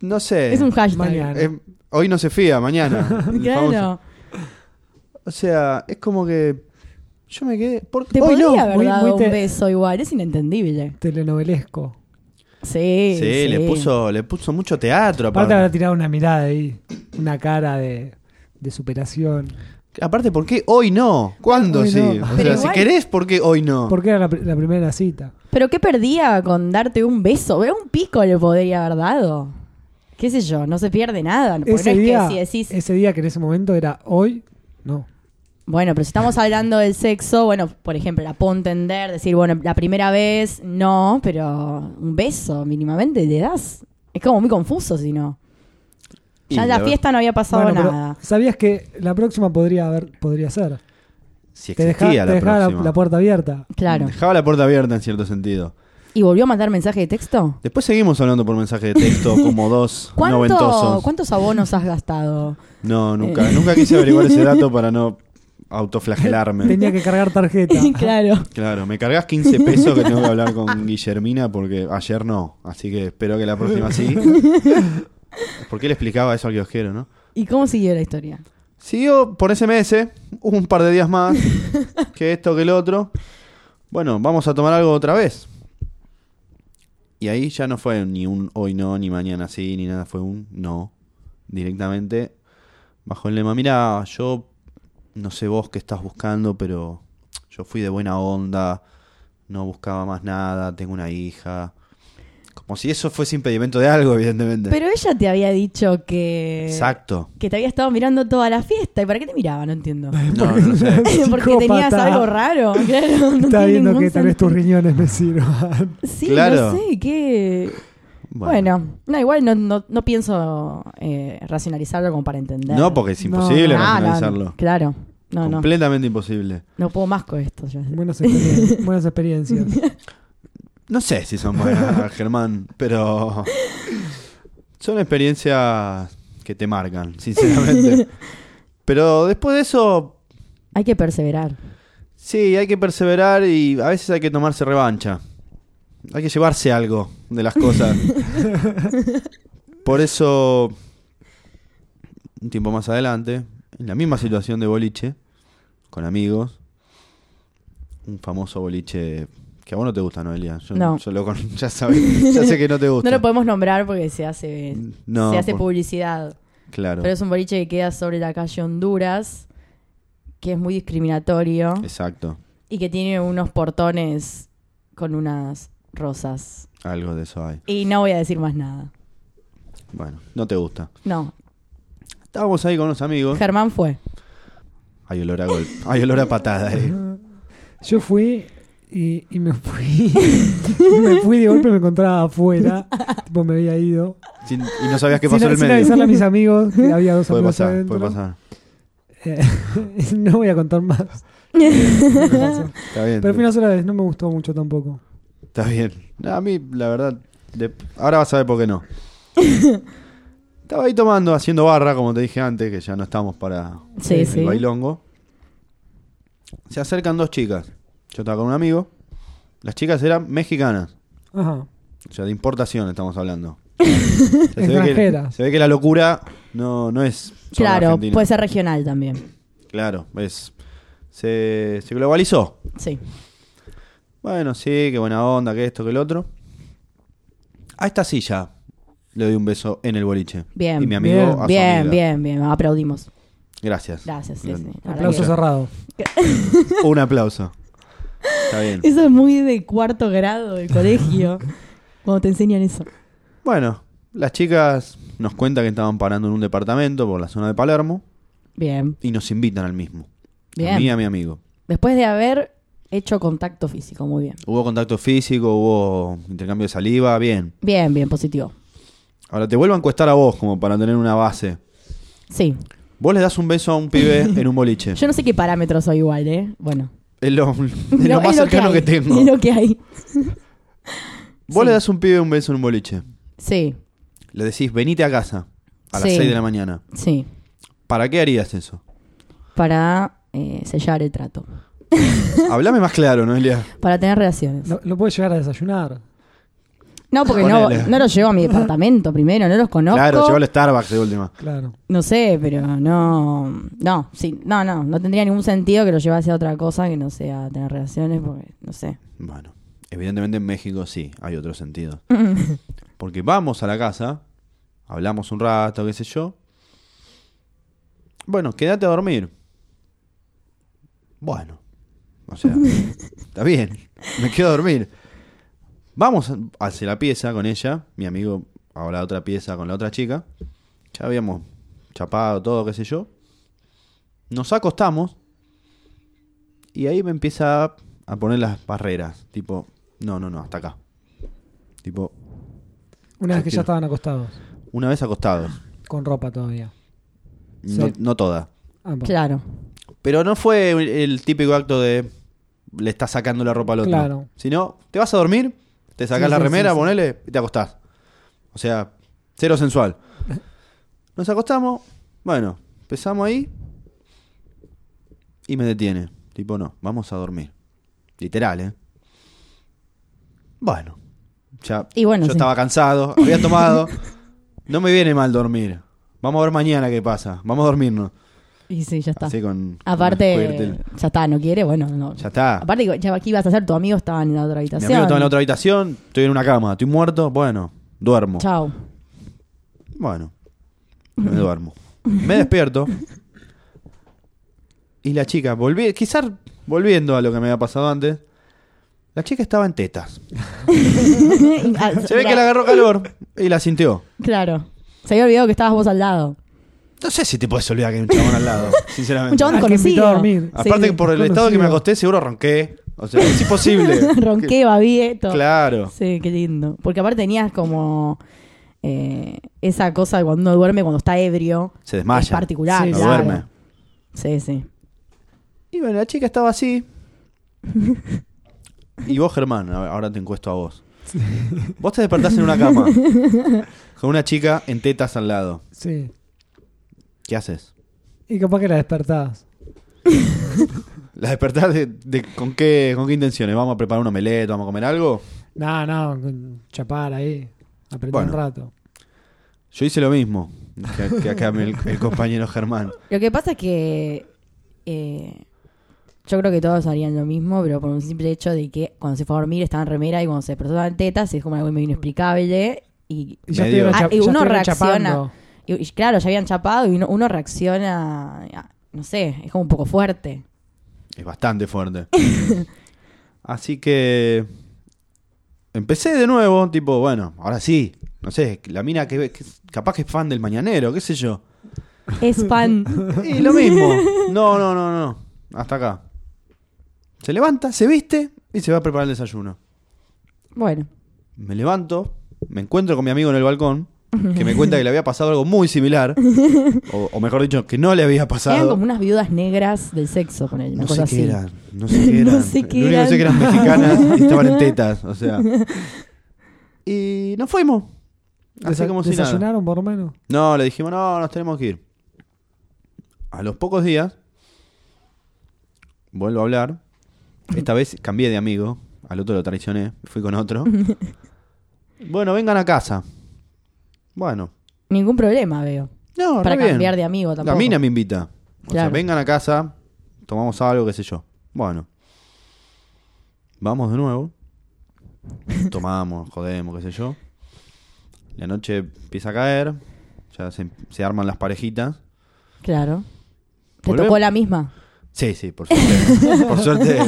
Speaker 3: No sé.
Speaker 2: es un hashtag.
Speaker 1: mañana.
Speaker 3: Eh, hoy no se fía, mañana. El famoso.
Speaker 2: Claro.
Speaker 3: O sea, es como que yo me quedé... ¿por-
Speaker 2: Te
Speaker 3: hoy
Speaker 2: podría
Speaker 3: no.
Speaker 2: haber
Speaker 1: muy-
Speaker 2: dado
Speaker 1: muy
Speaker 2: un
Speaker 1: te-
Speaker 2: beso igual, es inentendible.
Speaker 1: Telenovelesco.
Speaker 2: Sí,
Speaker 3: Sí, le puso, le puso mucho teatro.
Speaker 1: Aparte
Speaker 3: aparte.
Speaker 1: habrá tirado una mirada ahí. Una cara de, de superación.
Speaker 3: Aparte, ¿por qué hoy no? ¿Cuándo
Speaker 1: Hoy
Speaker 3: sí?
Speaker 1: no.
Speaker 3: O
Speaker 1: Pero
Speaker 3: sea, si
Speaker 2: igual-
Speaker 3: querés, ¿por qué hoy no?
Speaker 1: Porque era la, pr- la primera cita.
Speaker 2: Pero ¿qué perdía con darte un beso? Era un pico le podría haber dado. ¿Qué sé yo? No se pierde nada. Porque
Speaker 1: Ese
Speaker 2: no es
Speaker 1: día,
Speaker 2: que si decís,
Speaker 1: ese día que en ese momento era hoy, no.
Speaker 2: bueno, pero si estamos hablando del sexo, bueno, por ejemplo, la puedo entender, decir, bueno, la primera vez, no, pero un beso mínimamente le das. Es como muy confuso si no.
Speaker 3: Y
Speaker 2: Ya en la
Speaker 3: la-
Speaker 2: fiesta no había pasado
Speaker 1: Bueno, pero
Speaker 2: nada.
Speaker 1: Sabías que la próxima podría haber, podría ser.
Speaker 3: Si
Speaker 1: Te
Speaker 3: existía
Speaker 1: dejaba,
Speaker 3: la
Speaker 1: te dejaba la,
Speaker 3: próxima.
Speaker 1: la puerta abierta.
Speaker 2: Claro.
Speaker 3: Dejaba la puerta abierta en cierto sentido.
Speaker 2: ¿Y volvió a mandar mensaje de texto?
Speaker 3: Después seguimos hablando por mensaje de texto como dos
Speaker 2: ¿Cuánto,
Speaker 3: noventosos.
Speaker 2: ¿Cuántos abonos has gastado?
Speaker 3: No, nunca,
Speaker 2: Eh.
Speaker 3: nunca quise averiguar ese dato para no autoflagelarme.
Speaker 1: Tenía que cargar tarjeta.
Speaker 2: claro.
Speaker 3: Claro, me cargas 15 pesos que tengo que hablar con Guillermina porque ayer no. Así que espero que la próxima sí. ¿Por qué le explicaba eso al kiosquero, no?
Speaker 2: ¿Y cómo siguió la historia?
Speaker 3: Siguió por SMS un par de días más que esto, que el otro. Bueno, vamos a tomar algo otra vez. Y ahí ya no fue ni un hoy no, ni mañana sí, ni nada, fue un no. Directamente bajo el lema, mira, yo no sé vos qué estás buscando, pero yo fui de buena onda, no buscaba más nada, tengo una hija. Como si eso fuese impedimento de algo, evidentemente.
Speaker 2: Pero ella te había dicho que.
Speaker 3: Exacto.
Speaker 2: Que te había estado mirando toda la fiesta. ¿Y para qué te miraba? No entiendo.
Speaker 3: No, no lo sé.
Speaker 2: Porque tenías
Speaker 1: Psicópata.
Speaker 2: algo raro. Claro, no
Speaker 1: Está
Speaker 2: tiene
Speaker 1: viendo
Speaker 2: ningún
Speaker 1: que tal vez tus
Speaker 2: sentido.
Speaker 1: riñones me sirvan.
Speaker 2: Sí,
Speaker 3: Claro.
Speaker 2: no sé, que... Bueno, no, igual no, no, no pienso eh, racionalizarlo como para entender.
Speaker 3: No, porque es
Speaker 1: No.
Speaker 3: imposible
Speaker 1: No,
Speaker 2: Ah, no,
Speaker 3: racionalizarlo.
Speaker 2: claro. No, no.
Speaker 3: Completamente imposible.
Speaker 2: No puedo más con esto. ya.
Speaker 1: Buenas experiencias. Buenas experiencias.
Speaker 3: No sé si son buenas, Germán, pero son experiencias que te marcan, sinceramente. Pero después de eso,
Speaker 2: Hay que perseverar.
Speaker 3: sí, hay que perseverar y a veces hay que tomarse revancha. Hay que llevarse algo de las cosas. Por eso, un tiempo más adelante, en la misma situación de boliche, con amigos, un famoso boliche que a vos no te gusta, Noelia. Yo,
Speaker 2: No.
Speaker 3: yo lo con- ya, sabés- ya sé que no te gusta.
Speaker 2: No lo podemos nombrar porque se hace,
Speaker 3: No,
Speaker 2: se hace
Speaker 3: por-
Speaker 2: publicidad.
Speaker 3: Claro.
Speaker 2: Pero es un boliche que queda sobre la calle Honduras, que es muy discriminatorio
Speaker 3: Exacto.
Speaker 2: y que tiene unos portones con unas rosas.
Speaker 3: Algo de eso hay.
Speaker 2: Y no voy a decir más nada.
Speaker 3: Bueno, no te gusta.
Speaker 2: No,
Speaker 3: Estábamos ahí con unos amigos.
Speaker 2: Germán fue.
Speaker 3: Hay olor a gol. Hay olor a patada.
Speaker 2: Este,
Speaker 3: eh.
Speaker 1: Yo fui y, y me fui. me fui de golpe me encontraba afuera. Tipo, me había ido.
Speaker 3: Sin- y no sabías qué
Speaker 1: sin,
Speaker 3: pasó en el
Speaker 1: sin
Speaker 3: medio.
Speaker 1: avisarle a mis amigos que había dos
Speaker 3: Puede
Speaker 1: amigos
Speaker 3: pasar,
Speaker 1: adentro.
Speaker 3: puede pasar.
Speaker 1: Eh, no voy a contar más.
Speaker 3: Está bien.
Speaker 1: Pero fui una sola vez, no me gustó mucho tampoco.
Speaker 3: Está bien. No, a mí, la verdad, de- ahora vas a ver por qué no. Estaba ahí tomando, haciendo barra, como te dije antes, que ya no estamos para
Speaker 2: Sí,
Speaker 1: El
Speaker 2: sí.
Speaker 3: el bailongo. Se acercan dos chicas. Yo estaba con un amigo. Las chicas eran mexicanas.
Speaker 1: Ajá.
Speaker 3: O sea, de importación estamos hablando. O sea, se, ve que,
Speaker 1: Extranjeras.
Speaker 3: se ve que la locura no, no es. solo
Speaker 2: Claro, pues-
Speaker 3: argentina.
Speaker 2: puede ser regional también.
Speaker 3: Claro, es. Se, se globalizó.
Speaker 2: Sí.
Speaker 3: Bueno, sí, qué buena onda, que esto, que el otro. A esta silla le doy un beso en el boliche.
Speaker 2: Bien.
Speaker 3: Y mi amigo
Speaker 1: Bien,
Speaker 3: a su
Speaker 2: Bien,
Speaker 3: amiga.
Speaker 2: bien, bien. Aplaudimos.
Speaker 3: Gracias.
Speaker 2: Gracias. sí, sí. La
Speaker 1: Aplauso
Speaker 2: verdad
Speaker 1: cerrado.
Speaker 3: Un aplauso. Está bien.
Speaker 2: que- Eso es muy de cuarto grado de colegio. cuando te enseñan eso.
Speaker 3: Bueno, las chicas nos cuentan que estaban parando en un departamento por la zona de Palermo
Speaker 2: Bien,
Speaker 3: y nos invitan al mismo. A
Speaker 2: bien.
Speaker 3: mí y a mi amigo.
Speaker 2: Después de haber hecho contacto físico, muy bien.
Speaker 3: Hubo contacto físico, hubo intercambio de saliva, bien.
Speaker 2: Bien, bien, positivo.
Speaker 3: Ahora te vuelvo a encuestar a vos como para tener una base.
Speaker 2: Sí.
Speaker 3: Vos le das un beso a un pibe en un boliche.
Speaker 2: Yo no sé qué parámetros soy igual, ¿eh? Bueno.
Speaker 3: Es lo, es
Speaker 2: No,
Speaker 3: lo
Speaker 2: es
Speaker 3: más cercano que,
Speaker 2: hay.
Speaker 3: tengo.
Speaker 2: Es lo que hay.
Speaker 3: Vos
Speaker 2: Sí.
Speaker 3: le das un pibe un beso en un boliche.
Speaker 2: Sí,
Speaker 3: Le decís, venite a casa a las
Speaker 2: Sí.
Speaker 3: 6 de la mañana.
Speaker 2: sí.
Speaker 3: ¿Para qué harías eso?
Speaker 2: Para eh, sellar el trato.
Speaker 3: Hablame más claro, Noelia.
Speaker 2: Para tener relaciones.
Speaker 1: Lo, lo puedo llegar a desayunar.
Speaker 2: No, porque no,
Speaker 3: Ponele.
Speaker 2: no los llevo a mi departamento primero, no los conozco.
Speaker 3: Claro, llegó al Starbucks de última.
Speaker 1: Claro.
Speaker 2: No sé, pero no. No, sí, no, no. No tendría ningún sentido que lo llevase a otra cosa que no sea tener relaciones, porque no sé.
Speaker 3: Bueno, evidentemente en México sí, hay otro sentido. Porque vamos a la casa, hablamos un rato, qué sé yo. Bueno, quédate a dormir. Bueno, o sea, está bien, me quedo a dormir. Vamos a- hacia la pieza con ella, mi amigo ahora otra pieza con la otra chica. Ya habíamos chapado todo, qué sé yo. Nos acostamos y ahí me empieza a- a poner las barreras. Tipo, no, no, no, hasta acá. Tipo,
Speaker 1: Una vez que
Speaker 3: Tranquilo.
Speaker 1: ya estaban acostados.
Speaker 3: una vez acostados.
Speaker 1: Con ropa todavía.
Speaker 3: No,
Speaker 1: Sí.
Speaker 3: no toda.
Speaker 1: Ah, va.
Speaker 2: Claro.
Speaker 3: Pero no fue el- el típico acto de le estás sacando la ropa al otro.
Speaker 1: Claro.
Speaker 3: Sino, te vas a dormir, te sacás
Speaker 1: Sí,
Speaker 3: la
Speaker 1: sí,
Speaker 3: remera,
Speaker 1: sí, sí.
Speaker 3: ponele y te acostás. O sea, cero sensual. Nos acostamos, bueno, empezamos ahí y me detiene. Tipo, no, vamos a dormir. Literal, ¿eh? Bueno, ya
Speaker 2: Y bueno,
Speaker 3: yo
Speaker 2: sí.
Speaker 3: estaba cansado, había tomado. no me viene mal dormir. Vamos a ver mañana qué pasa. Vamos a dormirnos.
Speaker 2: Y sí, ya está.
Speaker 3: Así con. con un
Speaker 2: Aparte,
Speaker 3: squirtle.
Speaker 2: ya está, no quiere, bueno, no.
Speaker 3: Ya está.
Speaker 2: Aparte, ya aquí ibas a hacer, tu amigo estaba en la otra
Speaker 3: Mi
Speaker 2: habitación.
Speaker 3: amigo estaba en la otra habitación, estoy en una cama, estoy muerto, bueno, duermo.
Speaker 2: Chao.
Speaker 3: Bueno, me duermo. Me despierto. Y la chica, volví, quizás volviendo a lo que me había pasado antes, la chica estaba en tetas.
Speaker 2: Ah,
Speaker 3: Se ve
Speaker 2: mira,
Speaker 3: que le agarró calor y la sintió.
Speaker 2: Claro. Se había olvidado que estabas vos al lado.
Speaker 3: No sé si te puedes olvidar que hay un chabón al lado, sinceramente.
Speaker 2: Un chabón
Speaker 1: Al que invitó
Speaker 2: desconocido.
Speaker 1: a dormir.
Speaker 2: Sí,
Speaker 3: Aparte
Speaker 2: sí.
Speaker 3: que por el
Speaker 1: Conocido.
Speaker 3: estado que me acosté, seguro ronqué. O sea, es imposible.
Speaker 2: Ronqué, babié, todo.
Speaker 3: Claro.
Speaker 2: Sí, qué lindo. Porque aparte tenías como eh, esa cosa de cuando uno duerme, cuando está ebrio.
Speaker 3: Se desmaya.
Speaker 2: Es particular,
Speaker 1: Sí,
Speaker 3: No
Speaker 1: claro.
Speaker 3: duerme.
Speaker 2: Sí, sí.
Speaker 3: Y bueno, la chica estaba así. Y vos, Germán, a- ahora te encuesto a vos. Vos te despertás en una cama con una chica en tetas al lado.
Speaker 1: Sí.
Speaker 3: ¿Qué haces?
Speaker 1: Y capaz que la despertabas.
Speaker 3: ¿La despertás de, de- con, qué, con qué intenciones? ¿Vamos a preparar un omelette? ¿Vamos a comer algo?
Speaker 1: No, no, con chapar ahí. Apretar
Speaker 3: Bueno.
Speaker 1: un rato.
Speaker 3: Yo hice lo mismo que, que acá el, el compañero Germán.
Speaker 2: Lo que pasa es que eh, yo creo que todos harían lo mismo, pero por un simple hecho de que cuando se fue a dormir estaba en remera y cuando se despertó estaba en tetas, es como algo medio inexplicable. Y,
Speaker 1: Y ya
Speaker 3: Medio-
Speaker 1: estuvieron cha-
Speaker 2: Ah, y
Speaker 1: ya
Speaker 2: uno
Speaker 1: estuvieron
Speaker 2: reacciona.
Speaker 1: chapando.
Speaker 2: y- y claro, ya habían chapado y uno, uno reacciona, ah, no sé, es como un poco fuerte.
Speaker 3: Es bastante fuerte. Así que empecé de nuevo, tipo, bueno, ahora sí. No sé, la mina que, ve- que capaz que es fan del mañanero, qué sé yo.
Speaker 2: Es fan.
Speaker 3: Y lo mismo. No, no, no, no. Hasta acá. Se levanta, se viste y se va a preparar el desayuno.
Speaker 2: bueno,
Speaker 3: Me levanto, me encuentro con mi amigo en el balcón, que me cuenta que le había pasado algo muy similar. O, o mejor dicho, que no le había
Speaker 2: eran
Speaker 3: pasado.
Speaker 2: como unas viudas negras del sexo con él, una
Speaker 3: No sé
Speaker 2: cosa
Speaker 3: qué
Speaker 2: así.
Speaker 3: eran, no sé qué
Speaker 2: No
Speaker 3: eran.
Speaker 2: sé qué
Speaker 3: Lo único que sé que eran
Speaker 2: eran.
Speaker 3: mexicanas y estaban en tetas, o sea. Y nos fuimos. Así
Speaker 1: Desa-
Speaker 3: como si nada.
Speaker 1: desayunaron por lo menos.
Speaker 3: No, le dijimos, no, nos tenemos que ir. A los pocos días, vuelvo a hablar. Esta vez cambié de amigo. Al otro lo traicioné, fui con otro. bueno, vengan a casa. Bueno,
Speaker 2: Ningún problema veo.
Speaker 3: no,
Speaker 2: para
Speaker 3: re bien.
Speaker 2: cambiar de amigo
Speaker 3: La
Speaker 2: tampoco.
Speaker 3: mina me invita. O sea,
Speaker 2: Claro.
Speaker 3: vengan a casa, tomamos algo, qué sé yo. Bueno. Vamos de nuevo. Tomamos, jodemos, qué sé yo. La noche empieza a caer. Ya se, se arman las parejitas.
Speaker 2: Claro. ¿Te
Speaker 3: Volvemos.
Speaker 2: tocó la misma?
Speaker 3: Sí, sí, por suerte. por suerte.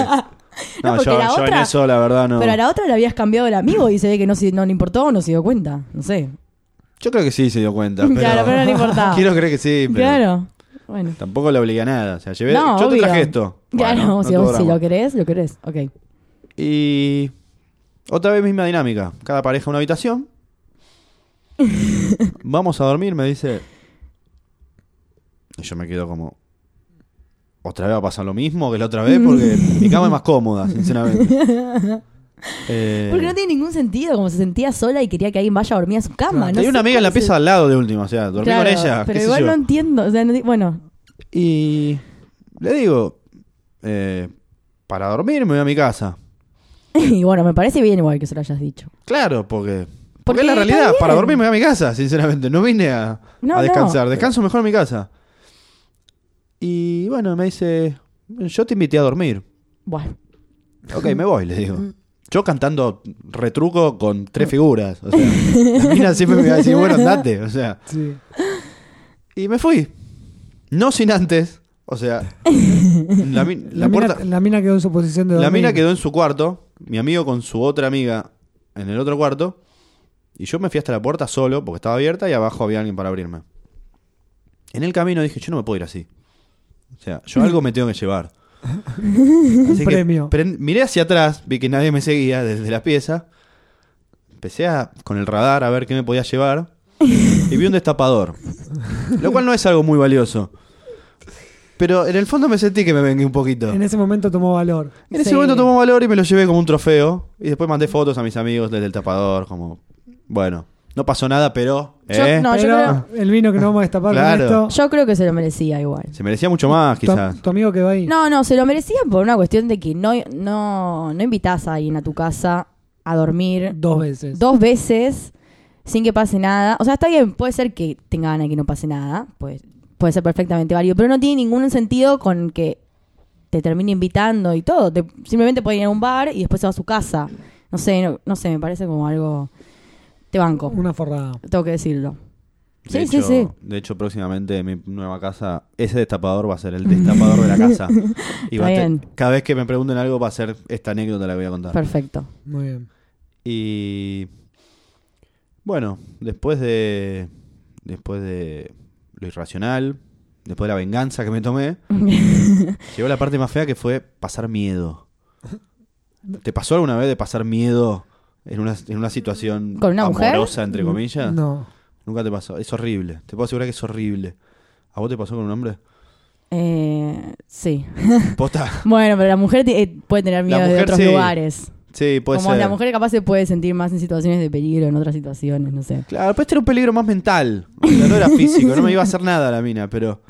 Speaker 3: No,
Speaker 2: porque
Speaker 3: yo,
Speaker 2: la
Speaker 3: yo en
Speaker 2: otra-
Speaker 3: eso, la verdad, no.
Speaker 2: Pero a la otra le habías cambiado el amigo y se ve que no, se- no le importó o no se dio cuenta. No sé.
Speaker 3: Yo creo que sí se dio cuenta. Pero...
Speaker 2: Claro, pero no le importaba.
Speaker 3: Quiero creer que sí, pero.
Speaker 2: Claro. Bueno.
Speaker 3: Tampoco le obligué a nada. O sea, llevé.
Speaker 2: No,
Speaker 3: yo te
Speaker 2: obvio.
Speaker 3: traje esto.
Speaker 2: Claro,
Speaker 3: Bueno, no
Speaker 2: si,
Speaker 3: tuvo
Speaker 2: vos- si
Speaker 3: drama.
Speaker 2: lo querés, lo querés.
Speaker 3: Eh.
Speaker 2: Ok.
Speaker 3: Y otra vez misma dinámica. Cada pareja una habitación. Vamos a dormir, me dice. Y yo me quedo como... ¿Otra vez va a pasar lo mismo que la otra vez? Porque mi cama es más cómoda, sinceramente. Eh,
Speaker 2: Porque no tiene ningún sentido, como se sentía sola y quería que alguien vaya a dormir a su cama. No
Speaker 3: tenía
Speaker 2: sé
Speaker 3: una amiga en la
Speaker 2: cuál es el-
Speaker 3: pieza al lado de última, o sea, dormí
Speaker 2: Claro,
Speaker 3: con ella.
Speaker 2: Pero
Speaker 3: qué sé
Speaker 2: igual
Speaker 3: yo.
Speaker 2: no entiendo. o sea, no di- bueno,
Speaker 3: Y le digo, eh, para dormir me voy a mi casa.
Speaker 2: y bueno, me parece bien igual que se lo hayas dicho.
Speaker 3: Claro, porque.
Speaker 2: Porque
Speaker 3: Porque, es la
Speaker 2: está
Speaker 3: realidad.
Speaker 2: bien.
Speaker 3: Para dormir me voy a mi casa, sinceramente. No vine a,
Speaker 2: No,
Speaker 3: a
Speaker 2: no.
Speaker 3: descansar. Descanso mejor en mi casa. Y bueno, me dice. Yo te invité a dormir.
Speaker 2: Bueno,
Speaker 3: Ok, me voy, le digo. Yo cantando retruco con tres figuras. O sea, la mina siempre me va a decir, bueno, andate. O sea.
Speaker 1: Sí.
Speaker 3: Y me fui. No sin antes. O sea. La, mi- la
Speaker 1: La,
Speaker 3: puerta.
Speaker 1: mina, la mina quedó en su posición de
Speaker 3: La
Speaker 1: dormir.
Speaker 3: mina quedó en su cuarto, mi amigo con su otra amiga en el otro cuarto, y yo me fui hasta la puerta solo porque estaba abierta y abajo había alguien para abrirme. En el camino dije, yo no me puedo ir así. O sea, yo algo me tengo que llevar. Así que
Speaker 1: premio.
Speaker 3: prend- miré hacia atrás, vi que nadie me seguía desde la pieza. Empecé a, con el radar a ver qué me podía llevar. Y vi un destapador. Lo cual no es algo muy valioso. Pero en el fondo me sentí que me vengué un poquito.
Speaker 1: En ese momento tomó valor.
Speaker 3: En ese
Speaker 2: Sí.
Speaker 3: momento tomó valor y me lo llevé como un trofeo. Y después mandé fotos a mis amigos desde el tapador, como, bueno, no pasó nada, pero...
Speaker 2: Yo-
Speaker 3: ¿eh?
Speaker 2: no, yo
Speaker 1: Pero el vino que no vamos a destapar con
Speaker 3: Claro.
Speaker 1: esto.
Speaker 2: yo creo que se lo merecía igual.
Speaker 3: Se merecía mucho más, quizás.
Speaker 1: Tu, tu amigo quedó ahí.
Speaker 2: No, no, se lo merecían por una cuestión de que no, no, no invitás a alguien a tu casa a dormir
Speaker 1: Dos veces.
Speaker 2: dos veces sin que pase nada. O sea, está bien, puede ser que tenga ganas de que no pase nada, pues puede ser perfectamente válido, pero no tiene ningún sentido con que te termine invitando y todo. Te- simplemente puede ir a un bar y después se va a su casa. No sé, no, no sé, me parece como algo... Te banco,
Speaker 1: Una forrada.
Speaker 2: tengo que decirlo.
Speaker 3: De
Speaker 2: Sí, sí,
Speaker 3: hecho-
Speaker 2: sí.
Speaker 3: De hecho, próximamente mi nueva casa, ese destapador va a ser el destapador de la casa. Y va a
Speaker 2: Está
Speaker 3: te-
Speaker 2: bien.
Speaker 3: cada vez que me pregunten algo va a ser esta anécdota la que voy a contar.
Speaker 2: Perfecto.
Speaker 1: Muy bien.
Speaker 3: Y bueno, después de después de lo irracional, después de la venganza que me tomé, llegó la parte más fea que fue pasar miedo. ¿Te pasó alguna vez de pasar miedo en una, en una situación
Speaker 2: ¿Con una mujer?
Speaker 3: amorosa, entre comillas?
Speaker 1: No.
Speaker 3: Nunca te pasó. Es horrible. Te puedo asegurar que es horrible. ¿A vos te pasó con un hombre?
Speaker 2: Eh, sí.
Speaker 3: Posta.
Speaker 2: Bueno, pero la mujer ti- eh, puede tener miedo de
Speaker 3: mujer
Speaker 2: otros
Speaker 3: sí,
Speaker 2: lugares.
Speaker 3: Sí, puede
Speaker 2: Como
Speaker 3: ser.
Speaker 2: la mujer capaz se puede sentir más en situaciones de peligro, en otras situaciones, no sé.
Speaker 3: Claro, después era un peligro más mental. O sea, no era físico, no me iba a hacer nada la mina, pero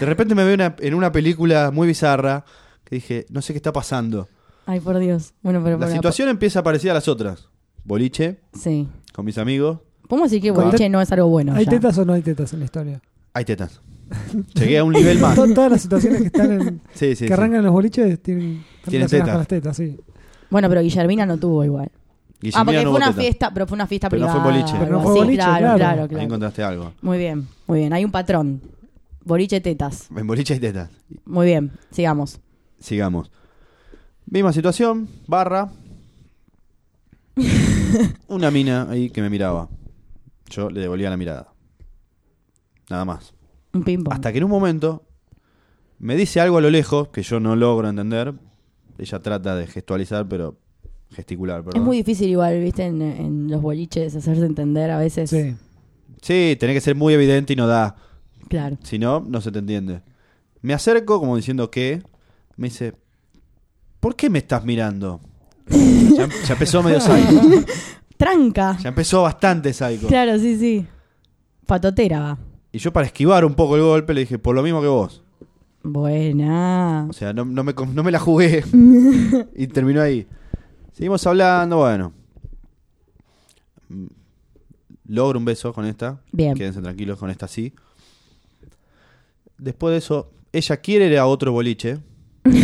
Speaker 3: de repente me veo una- en una película muy bizarra que dije, no sé qué está pasando.
Speaker 2: Ay, por Dios. Bueno, pero
Speaker 3: La
Speaker 2: por-
Speaker 3: situación empieza parecida a las otras. Boliche,
Speaker 2: Sí.
Speaker 3: con mis amigos,
Speaker 2: Podemos decir que
Speaker 1: Con-
Speaker 2: boliche no es algo bueno.
Speaker 1: ¿Hay
Speaker 2: ya.
Speaker 1: tetas o no hay tetas en la historia?
Speaker 3: hay tetas. Llegué a un nivel más.
Speaker 1: To- Todas las situaciones que están en,
Speaker 3: Sí, sí, sí.
Speaker 1: que arrancan en los boliches tienen, están relacionadas
Speaker 3: Tienen tetas.
Speaker 1: con las tetas, sí.
Speaker 2: Bueno, pero Guillermina no tuvo igual.
Speaker 3: Guillermina
Speaker 2: ah, porque
Speaker 3: no
Speaker 2: fue
Speaker 3: hubo
Speaker 2: una
Speaker 3: teta.
Speaker 2: fiesta, pero fue una fiesta
Speaker 3: Pero no fue
Speaker 2: privada.
Speaker 3: boliche. Pero
Speaker 1: no
Speaker 2: algo
Speaker 1: fue
Speaker 2: así.
Speaker 1: boliche,
Speaker 2: claro,
Speaker 1: claro.
Speaker 2: claro, claro.
Speaker 3: Ahí encontraste algo.
Speaker 2: Muy bien, muy bien. Hay un patrón. Boliche tetas.
Speaker 3: En boliche hay tetas.
Speaker 2: Muy bien, sigamos.
Speaker 3: Sigamos. Misma situación, barra. Una mina ahí que me miraba. Yo le devolvía la mirada. Nada más.
Speaker 2: Un ping pong.
Speaker 3: Hasta que en un momento me dice algo a lo lejos que yo no logro entender. Ella trata de gestualizar, pero gesticular,
Speaker 2: Es
Speaker 3: perdón.
Speaker 2: muy difícil igual, viste, en, en los boliches hacerse entender a veces.
Speaker 1: Sí.
Speaker 3: Sí, tenés que ser muy evidente y no da.
Speaker 2: Claro.
Speaker 3: Si no, no se te entiende. Me acerco como diciendo que. Me dice, ¿por qué me estás mirando? ya, ya empezó medio psycho.
Speaker 2: Tranca.
Speaker 3: Ya empezó bastante Psycho.
Speaker 2: Claro, sí, sí. Patotera va.
Speaker 3: Y yo para esquivar un poco el golpe le dije, por lo mismo que vos.
Speaker 2: Buena.
Speaker 3: O sea, no, no me, no me la jugué. y terminó ahí. Seguimos hablando, bueno. Mm, Logro un beso con esta.
Speaker 2: Bien.
Speaker 3: Quédense tranquilos con esta sí. Después de eso, ella quiere ir a otro boliche. Y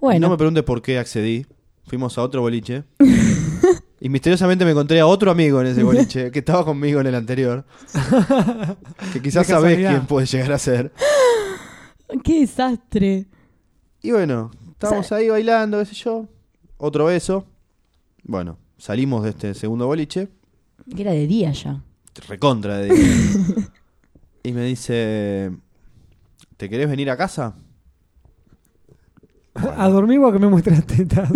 Speaker 2: Bueno.
Speaker 3: No me preguntes por qué accedí. Fuimos a otro boliche. y misteriosamente me encontré a otro amigo en ese boliche que estaba conmigo en el anterior. que quizás
Speaker 1: De
Speaker 3: sabés
Speaker 1: casualidad.
Speaker 3: quién puede llegar a ser.
Speaker 2: Qué desastre.
Speaker 3: Y bueno, estábamos ahí bailando, qué sé yo. Otro beso. Bueno, salimos de este segundo boliche.
Speaker 2: Que era de día ya.
Speaker 3: Recontra de día. Y me dice: ¿Te querés venir a casa? Bueno.
Speaker 1: ¿A dormir o a que me muestres las tetas?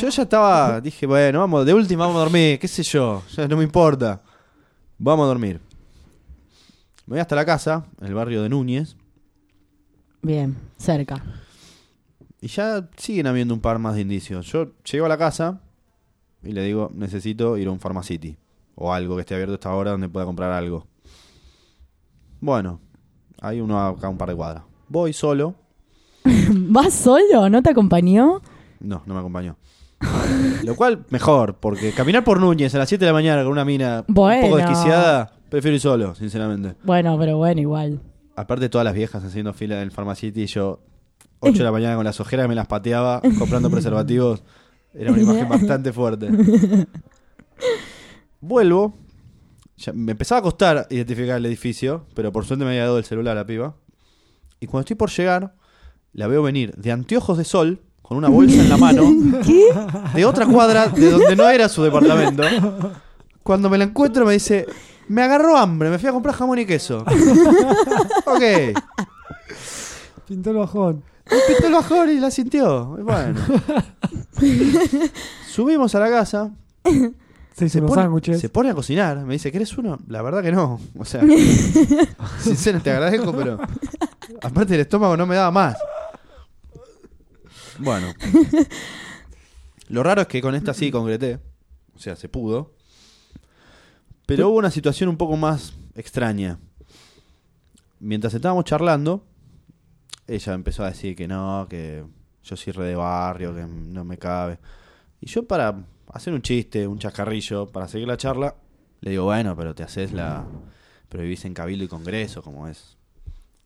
Speaker 3: Yo ya estaba, dije, bueno, vamos, de última vamos a dormir, qué sé yo, ya no me importa. Vamos a dormir. Me voy hasta la casa, en el barrio de Núñez,
Speaker 2: Bien, cerca.
Speaker 3: y ya siguen habiendo un par más de indicios. Yo llego a la casa y le digo, necesito ir a un Pharmacity o algo que esté abierto a esta hora donde pueda comprar algo. Bueno, hay uno acá a un par de cuadras. Voy solo.
Speaker 2: ¿Vas solo? ¿No te acompañó?
Speaker 3: No, no me acompañó. Lo cual, mejor, porque caminar por Núñez a las 7 de la mañana con una mina un
Speaker 2: Bueno.
Speaker 3: poco desquiciada, prefiero ir solo, sinceramente.
Speaker 2: Bueno, pero bueno, igual.
Speaker 3: Aparte, todas las viejas haciendo fila en el Pharmacity y yo, 8 de la mañana con las ojeras que me las pateaba, comprando preservativos. Era una imagen bastante fuerte. Vuelvo. Ya me empezaba a costar identificar el edificio, pero por suerte me había dado el celular a la piba. Y cuando estoy por llegar, la veo venir de anteojos de sol, con una bolsa en la mano,
Speaker 2: ¿Qué?
Speaker 3: de otra cuadra de donde no era su departamento. Cuando me la encuentro me dice, me agarró hambre, me fui a comprar jamón y queso. ok.
Speaker 1: Pintó el bajón.
Speaker 3: Pintó el bajón y la sintió. Y Bueno. Subimos a la casa.
Speaker 1: Se hizo unos
Speaker 3: pone-
Speaker 1: sándwiches.
Speaker 3: se pone a cocinar. Me dice, ¿querés uno? La verdad que no. O sea, sincero, te agradezco, pero aparte el estómago no me daba más. Bueno. Lo raro es que con esta sí concreté. O sea, se pudo. Pero hubo una situación un poco más extraña. Mientras estábamos charlando, ella empezó a decir que no, que yo soy re de barrio, que no me cabe. Y yo para hacer un chiste, un chascarrillo, para seguir la charla, le digo, bueno, pero te haces la... Pero vivís en Cabildo y Congreso, como es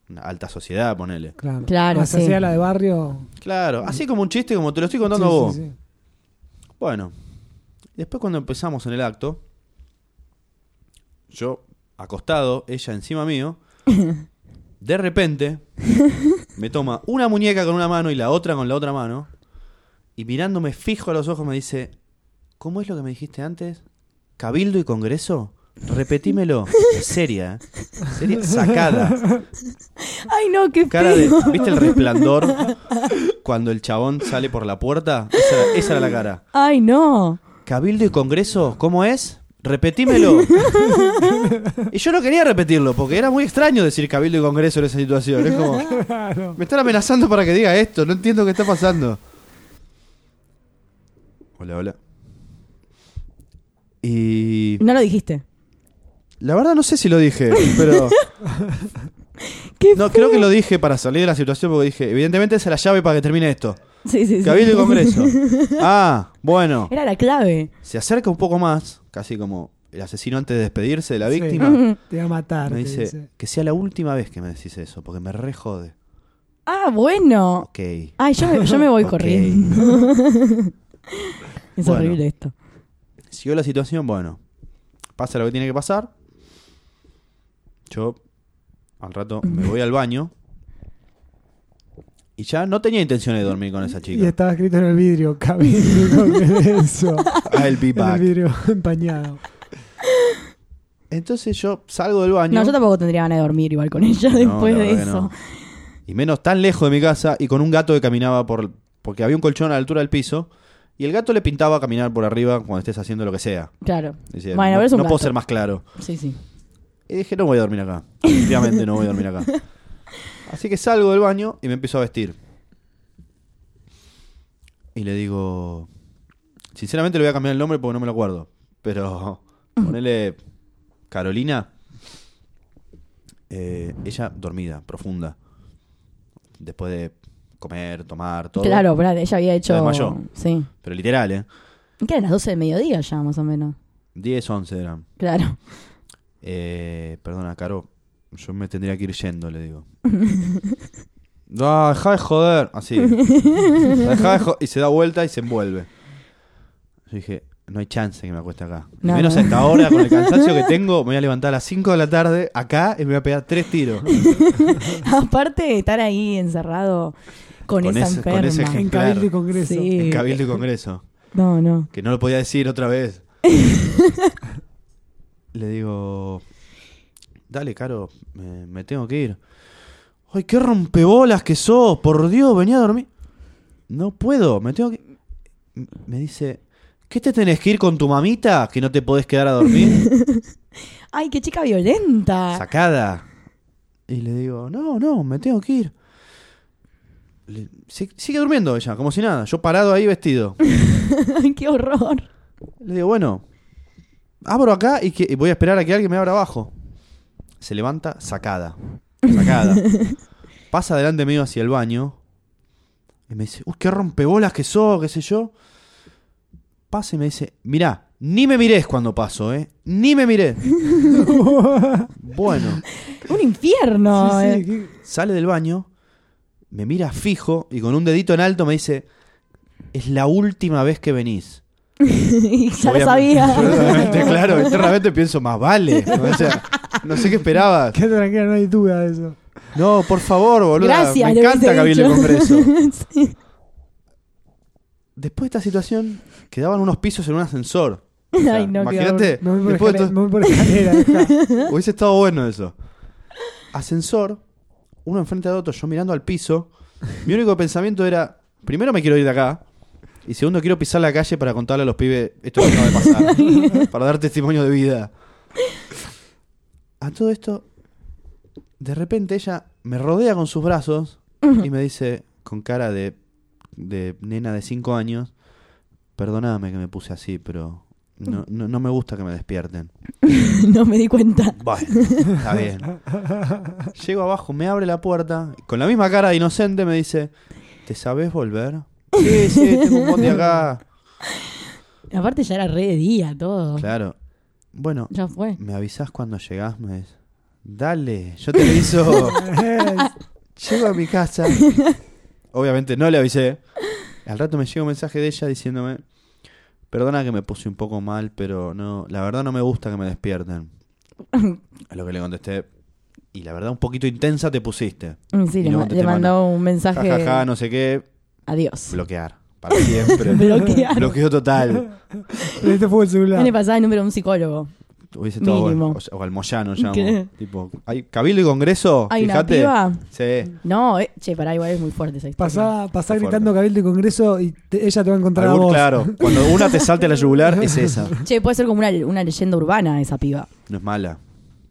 Speaker 3: una alta sociedad, ponele.
Speaker 1: Claro.
Speaker 2: Claro,
Speaker 1: Más
Speaker 2: sí.
Speaker 1: hacia la de barrio.
Speaker 3: Claro, así como un chiste, como te lo estoy contando
Speaker 1: Sí,
Speaker 3: a vos.
Speaker 1: sí, sí.
Speaker 3: Bueno, después cuando empezamos en el acto, yo acostado, ella encima mío. De repente, me toma una muñeca con una mano y la otra con la otra mano. Y mirándome fijo a los ojos me dice, ¿cómo es lo que me dijiste antes? ¿Cabildo y Congreso? Repetímelo. Seria. ¿eh? Seria sacada.
Speaker 2: Ay, no, qué
Speaker 3: Cara de...
Speaker 2: feo.
Speaker 3: ¿Viste el resplandor? Cuando el chabón sale por la puerta. Esa era- esa era la cara.
Speaker 2: Ay, no.
Speaker 3: ¿Cabildo y Congreso? ¿Cómo es? Repetímelo. y yo no quería repetirlo, porque era muy extraño decir Cabildo y Congreso en esa situación. Es como, me están amenazando para que diga esto, no entiendo qué está pasando. Hola, hola. Y
Speaker 2: No lo dijiste.
Speaker 3: la verdad no sé si lo dije, pero...
Speaker 2: Qué
Speaker 3: No, creo que lo dije para salir de la situación, porque dije, evidentemente esa es la llave para que termine esto.
Speaker 2: Sí, sí, sí.
Speaker 3: Cabildo y Congreso. Ah, bueno.
Speaker 2: Era la clave.
Speaker 3: Se acerca un poco más, casi como el asesino antes de despedirse de la
Speaker 1: Sí.
Speaker 3: víctima.
Speaker 1: Te va a matar.
Speaker 3: Me
Speaker 1: te
Speaker 3: dice,
Speaker 1: dice.
Speaker 3: que sea la última vez que me decís eso, porque me re jode.
Speaker 2: Ah, bueno.
Speaker 3: Ok.
Speaker 2: Ay, yo me, yo me voy
Speaker 3: Ok.
Speaker 2: corriendo. es
Speaker 3: Bueno.
Speaker 2: horrible esto.
Speaker 3: Siguió la situación, bueno. Pasa lo que tiene que pasar. Yo al rato me voy al baño. Y ya no tenía intenciones de dormir con esa
Speaker 1: Y
Speaker 3: chica.
Speaker 1: estaba escrito en el vidrio, Cabildo y Congreso.
Speaker 3: I'll be
Speaker 1: en el
Speaker 3: back.
Speaker 1: vidrio empañado.
Speaker 3: Entonces yo salgo del baño.
Speaker 2: No, yo tampoco tendría ganas de dormir igual con ella
Speaker 3: No,
Speaker 2: después
Speaker 3: la
Speaker 2: de
Speaker 3: verdad que
Speaker 2: eso.
Speaker 3: no. Y menos tan lejos de mi casa y con un gato que caminaba por... Porque había un colchón a la altura del piso y el gato le pintaba caminar por arriba cuando estés haciendo lo que sea.
Speaker 2: Claro.
Speaker 3: Decía,
Speaker 2: Bueno,
Speaker 3: no,
Speaker 2: pero es un
Speaker 3: no puedo
Speaker 2: gato".
Speaker 3: ser más claro.
Speaker 2: Sí, sí.
Speaker 3: Y dije, no voy a dormir acá. Obviamente no voy a dormir acá. Así que salgo del baño y me empiezo a vestir. Y le digo, sinceramente le voy a cambiar el nombre porque no me lo acuerdo. Pero ponele Carolina. Eh, ella dormida, profunda. Después de comer, tomar, todo.
Speaker 2: Claro, pero ella había hecho.
Speaker 3: Se desmayó.
Speaker 2: Sí.
Speaker 3: Pero literal, ¿eh?
Speaker 2: ¿Qué eran las 12 del mediodía ya, más o menos?
Speaker 3: 10, 11 eran.
Speaker 2: Claro.
Speaker 3: Eh, perdona, Caro, yo me tendría que ir yendo, le digo. No, deja de joder. Así. Deja de jo- y se da vuelta y se envuelve. Yo dije, no hay chance que me acueste acá. Y
Speaker 2: No.
Speaker 3: Menos a esta hora, con el cansancio que tengo, me voy a levantar a las 5 de la tarde acá y me voy a pegar tres tiros.
Speaker 2: Aparte de estar ahí encerrado con,
Speaker 3: Con
Speaker 2: esa
Speaker 3: ese- con
Speaker 2: enferma.
Speaker 3: ese gen-
Speaker 1: En
Speaker 3: Claro.
Speaker 1: Cabildo y Congreso.
Speaker 2: Sí.
Speaker 3: En Cabildo y Congreso.
Speaker 2: No, no.
Speaker 3: Que no lo podía decir otra vez. Le digo, dale, Caro, me, me tengo que ir. Ay, qué rompebolas que sos, por Dios, venía a dormir. No puedo, me tengo que... M- Me dice, ¿qué te tenés que ir con tu mamita que no te podés quedar a dormir?
Speaker 2: Ay, qué chica violenta.
Speaker 3: Sacada. Y le digo, no, no, me tengo que ir. Le- "Si- sigue durmiendo ella, como si nada. Yo parado ahí vestido.
Speaker 2: Ay, qué horror.
Speaker 3: Le digo, bueno, abro acá y, que, y voy a esperar a que alguien me abra abajo. Se levanta sacada. Sacada. Pasa adelante mío hacia el baño. Y me dice, uy, qué rompebolas que sos, qué sé yo. Pasa y me dice, mirá, ni me mires cuando paso, ¿eh? Ni me miré. bueno,
Speaker 2: Un infierno.
Speaker 1: Sí,
Speaker 2: eh.
Speaker 1: sí, qué-
Speaker 3: sale del baño, me mira fijo y con un dedito en alto me dice, es la última vez que venís.
Speaker 2: Y ya lo
Speaker 3: Obviamente.
Speaker 2: sabía.
Speaker 3: Obviamente, claro, internamente pienso, más vale. O sea, no sé qué esperabas.
Speaker 1: Quédate tranquila, no hay duda de eso.
Speaker 3: No, por favor, boludo.
Speaker 2: Gracias,
Speaker 3: Me
Speaker 2: le hubiese
Speaker 3: encanta Cabildo y
Speaker 2: dicho.
Speaker 3: Congreso.
Speaker 2: Sí.
Speaker 3: Después de esta situación, quedaban unos pisos en un ascensor. O sea,
Speaker 2: Ay, no, qué
Speaker 3: imagínate,
Speaker 1: Me voy por,
Speaker 3: después de
Speaker 1: escalera, me voy por escalera, deja.
Speaker 3: todo- hubiese estado bueno eso. Ascensor, uno enfrente del otro, yo mirando al piso. Mi único pensamiento era, primero me quiero ir de acá. Y segundo, quiero pisar la calle para contarle a los pibes esto que acaba de pasar. para dar testimonio de vida. A todo esto, de repente ella me rodea con sus brazos y me dice, con cara de, de nena de 5 años, perdonadme que me puse así, pero no, no, no me gusta que me despierten.
Speaker 2: No me di cuenta.
Speaker 3: Bueno, está bien. Llego abajo, me abre la puerta, y con la misma cara de inocente me dice, ¿te sabes volver? Sí, sí, tengo un bondi acá.
Speaker 2: Aparte ya era re de día todo.
Speaker 3: Claro. Bueno,
Speaker 2: Ya fue.
Speaker 3: me avisás cuando llegás, me dice, dale, yo te aviso.
Speaker 1: Eh,
Speaker 3: Llego a mi casa. Obviamente no le avisé. Al rato me llega un mensaje de ella diciéndome, perdona que me puse un poco mal, pero no, la verdad no me gusta que me despierten. A lo que le contesté, y la verdad, un poquito intensa te pusiste.
Speaker 2: Mm, Sí,
Speaker 3: Y
Speaker 2: le,
Speaker 3: no
Speaker 2: ma-
Speaker 3: contesté
Speaker 2: le
Speaker 3: más
Speaker 2: mandó un
Speaker 3: Ja,
Speaker 2: mensaje.
Speaker 3: ja, ja, no sé qué,
Speaker 2: Adiós.
Speaker 3: bloquear. Para siempre.
Speaker 2: Bloquear.
Speaker 3: Bloqueo total.
Speaker 1: Este fue el
Speaker 2: No le
Speaker 1: celular.
Speaker 2: pasaba el número de un psicólogo.
Speaker 3: Oh, Hubiese todo.
Speaker 2: Mínimo.
Speaker 3: O, o Almoyano llamo.
Speaker 2: ¿Qué?
Speaker 3: Tipo, hay Cabildo y Congreso,
Speaker 2: Hay una
Speaker 3: fíjate.
Speaker 2: piba.
Speaker 3: Sí.
Speaker 2: No, eh, che, pará, igual es muy fuerte esa historia.
Speaker 1: Pasá, pasá
Speaker 3: Está
Speaker 1: gritando Cabildo y Congreso y te- ella te va a encontrar
Speaker 3: Algún-
Speaker 1: a vos.
Speaker 3: claro, cuando una te salte a la yugular es esa.
Speaker 2: Che, puede ser como una, una leyenda urbana esa piba.
Speaker 3: No es mala.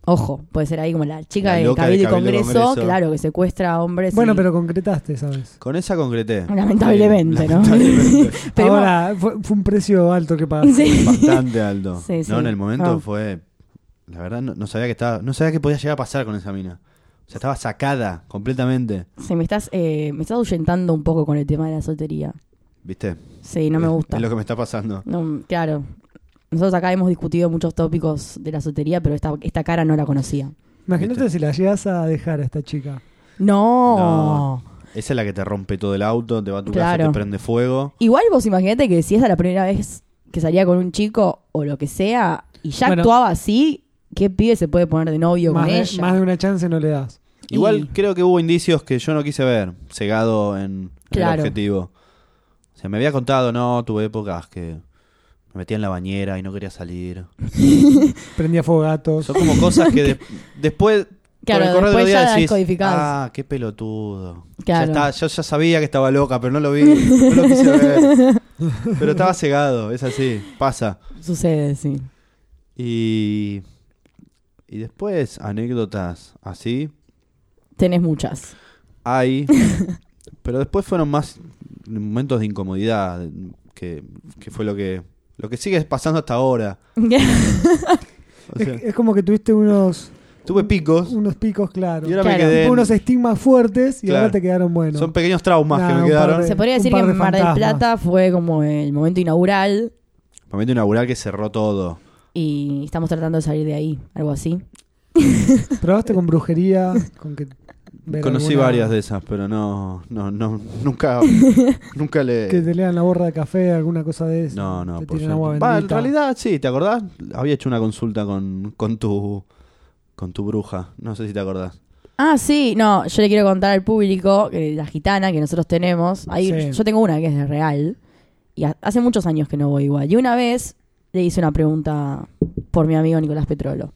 Speaker 2: Ojo, puede ser ahí como la chica
Speaker 3: La
Speaker 2: de,
Speaker 3: loca
Speaker 2: Cabildo
Speaker 3: de
Speaker 2: y
Speaker 3: Cabildo y
Speaker 2: Congreso,
Speaker 3: Congreso.
Speaker 2: claro, que secuestra a hombres.
Speaker 1: Bueno,
Speaker 2: y-
Speaker 1: pero concretaste, ¿sabes?
Speaker 3: Con esa concreté.
Speaker 2: Lamentablemente, ¿no?
Speaker 3: Lamentablemente.
Speaker 2: Pero
Speaker 1: Ahora, fue, fue un precio alto que pagaste.
Speaker 2: Sí.
Speaker 3: Bastante alto.
Speaker 2: Sí, sí.
Speaker 3: No, en el momento
Speaker 2: Ah.
Speaker 3: fue. La verdad, no, no sabía que estaba. No sabía que podía llegar a pasar con esa mina. O sea, estaba sacada completamente.
Speaker 2: Sí, me estás, eh, me estás ahuyentando un poco con el tema de la soltería.
Speaker 3: ¿Viste?
Speaker 2: Sí, no me gusta.
Speaker 3: Es lo que me está pasando.
Speaker 2: No, claro. Nosotros acá hemos discutido muchos tópicos de la soltería, pero esta, esta cara no la conocía.
Speaker 1: Imagínate
Speaker 3: Viste.
Speaker 1: si la llegas a dejar a esta chica.
Speaker 2: No.
Speaker 3: No. Esa es la que te rompe todo el auto, te va a tu
Speaker 2: Claro.
Speaker 3: casa, te prende fuego.
Speaker 2: Igual vos imaginate que si esa es la primera vez que salía con un chico o lo que sea y ya
Speaker 1: Bueno.
Speaker 2: actuaba así, ¿qué pibe se puede poner de novio
Speaker 1: Más
Speaker 2: con
Speaker 1: de,
Speaker 2: ella?
Speaker 1: más de una chance no le das.
Speaker 3: Igual
Speaker 2: Y-
Speaker 3: creo que hubo indicios que yo no quise ver, cegado en, en el
Speaker 2: Claro.
Speaker 3: objetivo. O sea, me había contado, no, tuve épocas que me metía en la bañera y no quería salir.
Speaker 1: Prendía fogatos.
Speaker 3: Son como cosas que de- después,
Speaker 2: Claro,
Speaker 3: con el correr de los
Speaker 2: después ya
Speaker 3: días decís,
Speaker 2: descodificadas.
Speaker 3: ah, qué pelotudo.
Speaker 2: Claro.
Speaker 3: Ya está- yo ya sabía que estaba loca, pero no lo vi, no lo quise ver. Pero estaba cegado, es así, pasa.
Speaker 2: Sucede, sí.
Speaker 3: Y, y después, anécdotas así,
Speaker 2: Tenés muchas.
Speaker 3: hay, pero después fueron más momentos de incomodidad, que, que fue lo que lo que sigue pasando hasta ahora. O
Speaker 1: Es,
Speaker 3: sea,
Speaker 1: es como que tuviste unos,
Speaker 3: tuve picos
Speaker 1: unos picos claros.
Speaker 3: y ahora me
Speaker 2: Claro.
Speaker 3: quedé. en-
Speaker 1: unos estigmas fuertes y ahora
Speaker 3: Claro.
Speaker 1: te quedaron buenos.
Speaker 3: Son pequeños traumas
Speaker 1: Nah,
Speaker 3: que me
Speaker 1: Ah, un
Speaker 3: quedaron.
Speaker 1: par de-
Speaker 2: Se podría
Speaker 1: Un
Speaker 2: decir que
Speaker 1: par de
Speaker 2: Mar del
Speaker 1: fantasmas.
Speaker 2: Plata fue como el momento inaugural
Speaker 3: Momento inaugural que cerró todo.
Speaker 2: y estamos tratando de salir de ahí, algo así.
Speaker 1: Probaste con brujería, con que ver
Speaker 3: eh, Conocí
Speaker 1: alguna-
Speaker 3: varias de esas, pero no, no, no, nunca, nunca le.
Speaker 1: Que te lean la borra de café, alguna cosa de eso.
Speaker 3: No, no,
Speaker 1: te
Speaker 3: por
Speaker 1: tiran
Speaker 3: suerte.
Speaker 1: agua
Speaker 3: Va, en
Speaker 1: bendita.
Speaker 3: realidad, sí, ¿te acordás? Había hecho una consulta con, con tu con tu bruja. No sé si te acordás.
Speaker 2: Ah, sí, no, yo le quiero contar al público que la gitana que nosotros tenemos, ahí,
Speaker 1: Sí.
Speaker 2: yo tengo una que es de real, y ha- hace muchos años que no voy igual. Y una vez le hice una pregunta por mi amigo Nicolás Petrolo.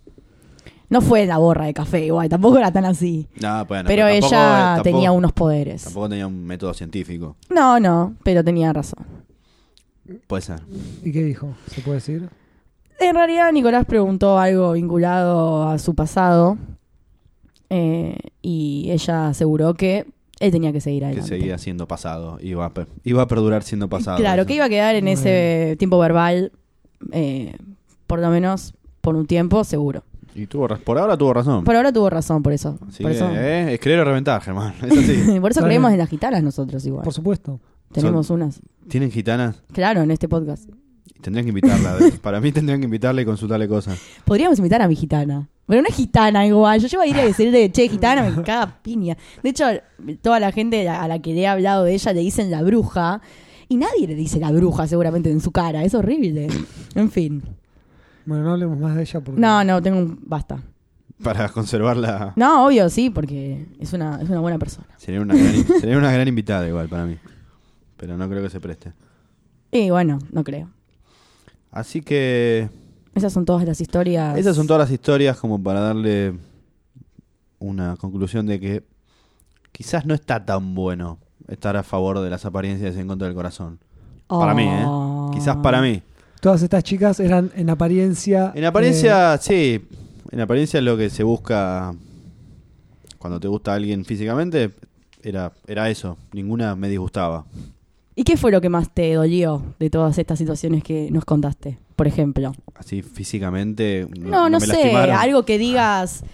Speaker 2: No fue la borra de café igual, tampoco era tan así.
Speaker 3: No, bueno,
Speaker 2: pero
Speaker 3: tampoco- eh,
Speaker 2: ella
Speaker 3: tampoco-
Speaker 2: tenía unos poderes.
Speaker 3: Tampoco tenía un método científico.
Speaker 2: No, no, pero tenía razón.
Speaker 3: Puede ser.
Speaker 1: ¿Y qué dijo? ¿Se puede decir?
Speaker 2: En realidad Nicolás preguntó algo vinculado a su pasado eh, y ella aseguró que él tenía que seguir
Speaker 3: Que
Speaker 2: adelante.
Speaker 3: seguía siendo pasado. Iba a, per- iba a perdurar siendo pasado.
Speaker 2: Claro,
Speaker 3: eso.
Speaker 2: que iba a quedar en
Speaker 1: Muy
Speaker 2: ese tiempo verbal, eh, por lo menos por un tiempo, seguro.
Speaker 3: Y tuvo raz- por ahora tuvo razón.
Speaker 2: Por ahora tuvo razón por eso.
Speaker 3: Así
Speaker 2: por,
Speaker 3: que,
Speaker 2: eso
Speaker 3: eh, es creer o reventar, Germán. Es así.
Speaker 2: por eso
Speaker 1: Está
Speaker 2: creemos
Speaker 1: bien.
Speaker 2: en las gitanas nosotros igual.
Speaker 1: Por supuesto.
Speaker 2: Tenemos unas.
Speaker 3: ¿Tienen gitanas?
Speaker 2: Claro, en este podcast.
Speaker 3: Tendrían que invitarla. ¿ves? Para mí tendrían que invitarla y consultarle cosas.
Speaker 2: Podríamos invitar a mi gitana. Pero una gitana igual. Yo llevo a ir a decirle, che, gitana, me caga piña. De hecho, toda la gente a la que le he hablado de ella le dicen la bruja. Y nadie le dice la bruja seguramente en su cara. Es horrible. En fin.
Speaker 1: Bueno, no hablemos más de ella porque.
Speaker 2: No, no, tengo un... Basta.
Speaker 3: Para conservarla.
Speaker 2: No, obvio, sí, porque es una, es una buena persona.
Speaker 3: Sería una, gran, sería una gran invitada igual para mí. Pero no creo que se preste.
Speaker 2: Y bueno, no creo.
Speaker 3: Así que
Speaker 2: Esas son todas las historias.
Speaker 3: esas son todas las historias como para darle una conclusión de que quizás no está tan bueno estar a favor de las apariencias en contra del corazón. Para mí, ¿eh?
Speaker 2: Oh.
Speaker 3: Quizás para mí.
Speaker 1: Todas estas chicas eran en
Speaker 2: Ah,
Speaker 1: apariencia.
Speaker 3: En
Speaker 1: eh,
Speaker 3: apariencia, sí. En apariencia es lo que se busca cuando te gusta alguien físicamente. Era, era eso. Ninguna me disgustaba.
Speaker 2: ¿Y qué fue lo que más te dolió de todas estas situaciones que nos contaste? Por ejemplo.
Speaker 3: Así físicamente.
Speaker 2: No, no,
Speaker 3: me
Speaker 2: sé.
Speaker 3: lastimaron. Ah.
Speaker 2: Algo que digas,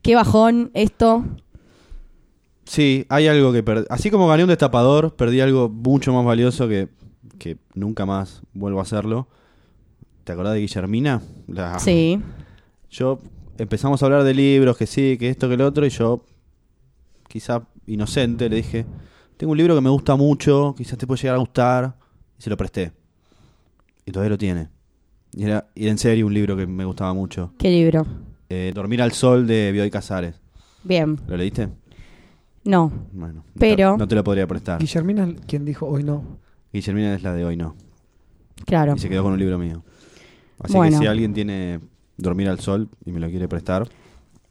Speaker 2: qué bajón esto.
Speaker 3: Sí, hay algo que perdí. Así como gané un destapador, perdí algo mucho más valioso que, que nunca más vuelvo a hacerlo. ¿Te acordás de Guillermina? La-
Speaker 2: Sí.
Speaker 3: Yo empezamos a hablar de libros, que sí, que esto, que lo otro, y yo, quizá inocente, le dije, tengo un libro que me gusta mucho, quizás te puede llegar a gustar, y se lo presté. Y todavía lo tiene. Y era, y en serio, un libro que me gustaba mucho.
Speaker 2: ¿Qué libro?
Speaker 3: eh, Dormir al Sol de Bioy Casares.
Speaker 2: Bien.
Speaker 3: ¿Lo leíste?
Speaker 2: No.
Speaker 3: Bueno. no te-
Speaker 2: Pero-
Speaker 3: No, te lo podría prestar.
Speaker 1: eh, Guillermina es quien dijo hoy no.
Speaker 3: Guillermina es la de hoy, no.
Speaker 2: Claro.
Speaker 3: Y se quedó con un libro mío. Así
Speaker 2: Bueno.
Speaker 3: que si alguien tiene Dormir al Sol y me lo quiere prestar.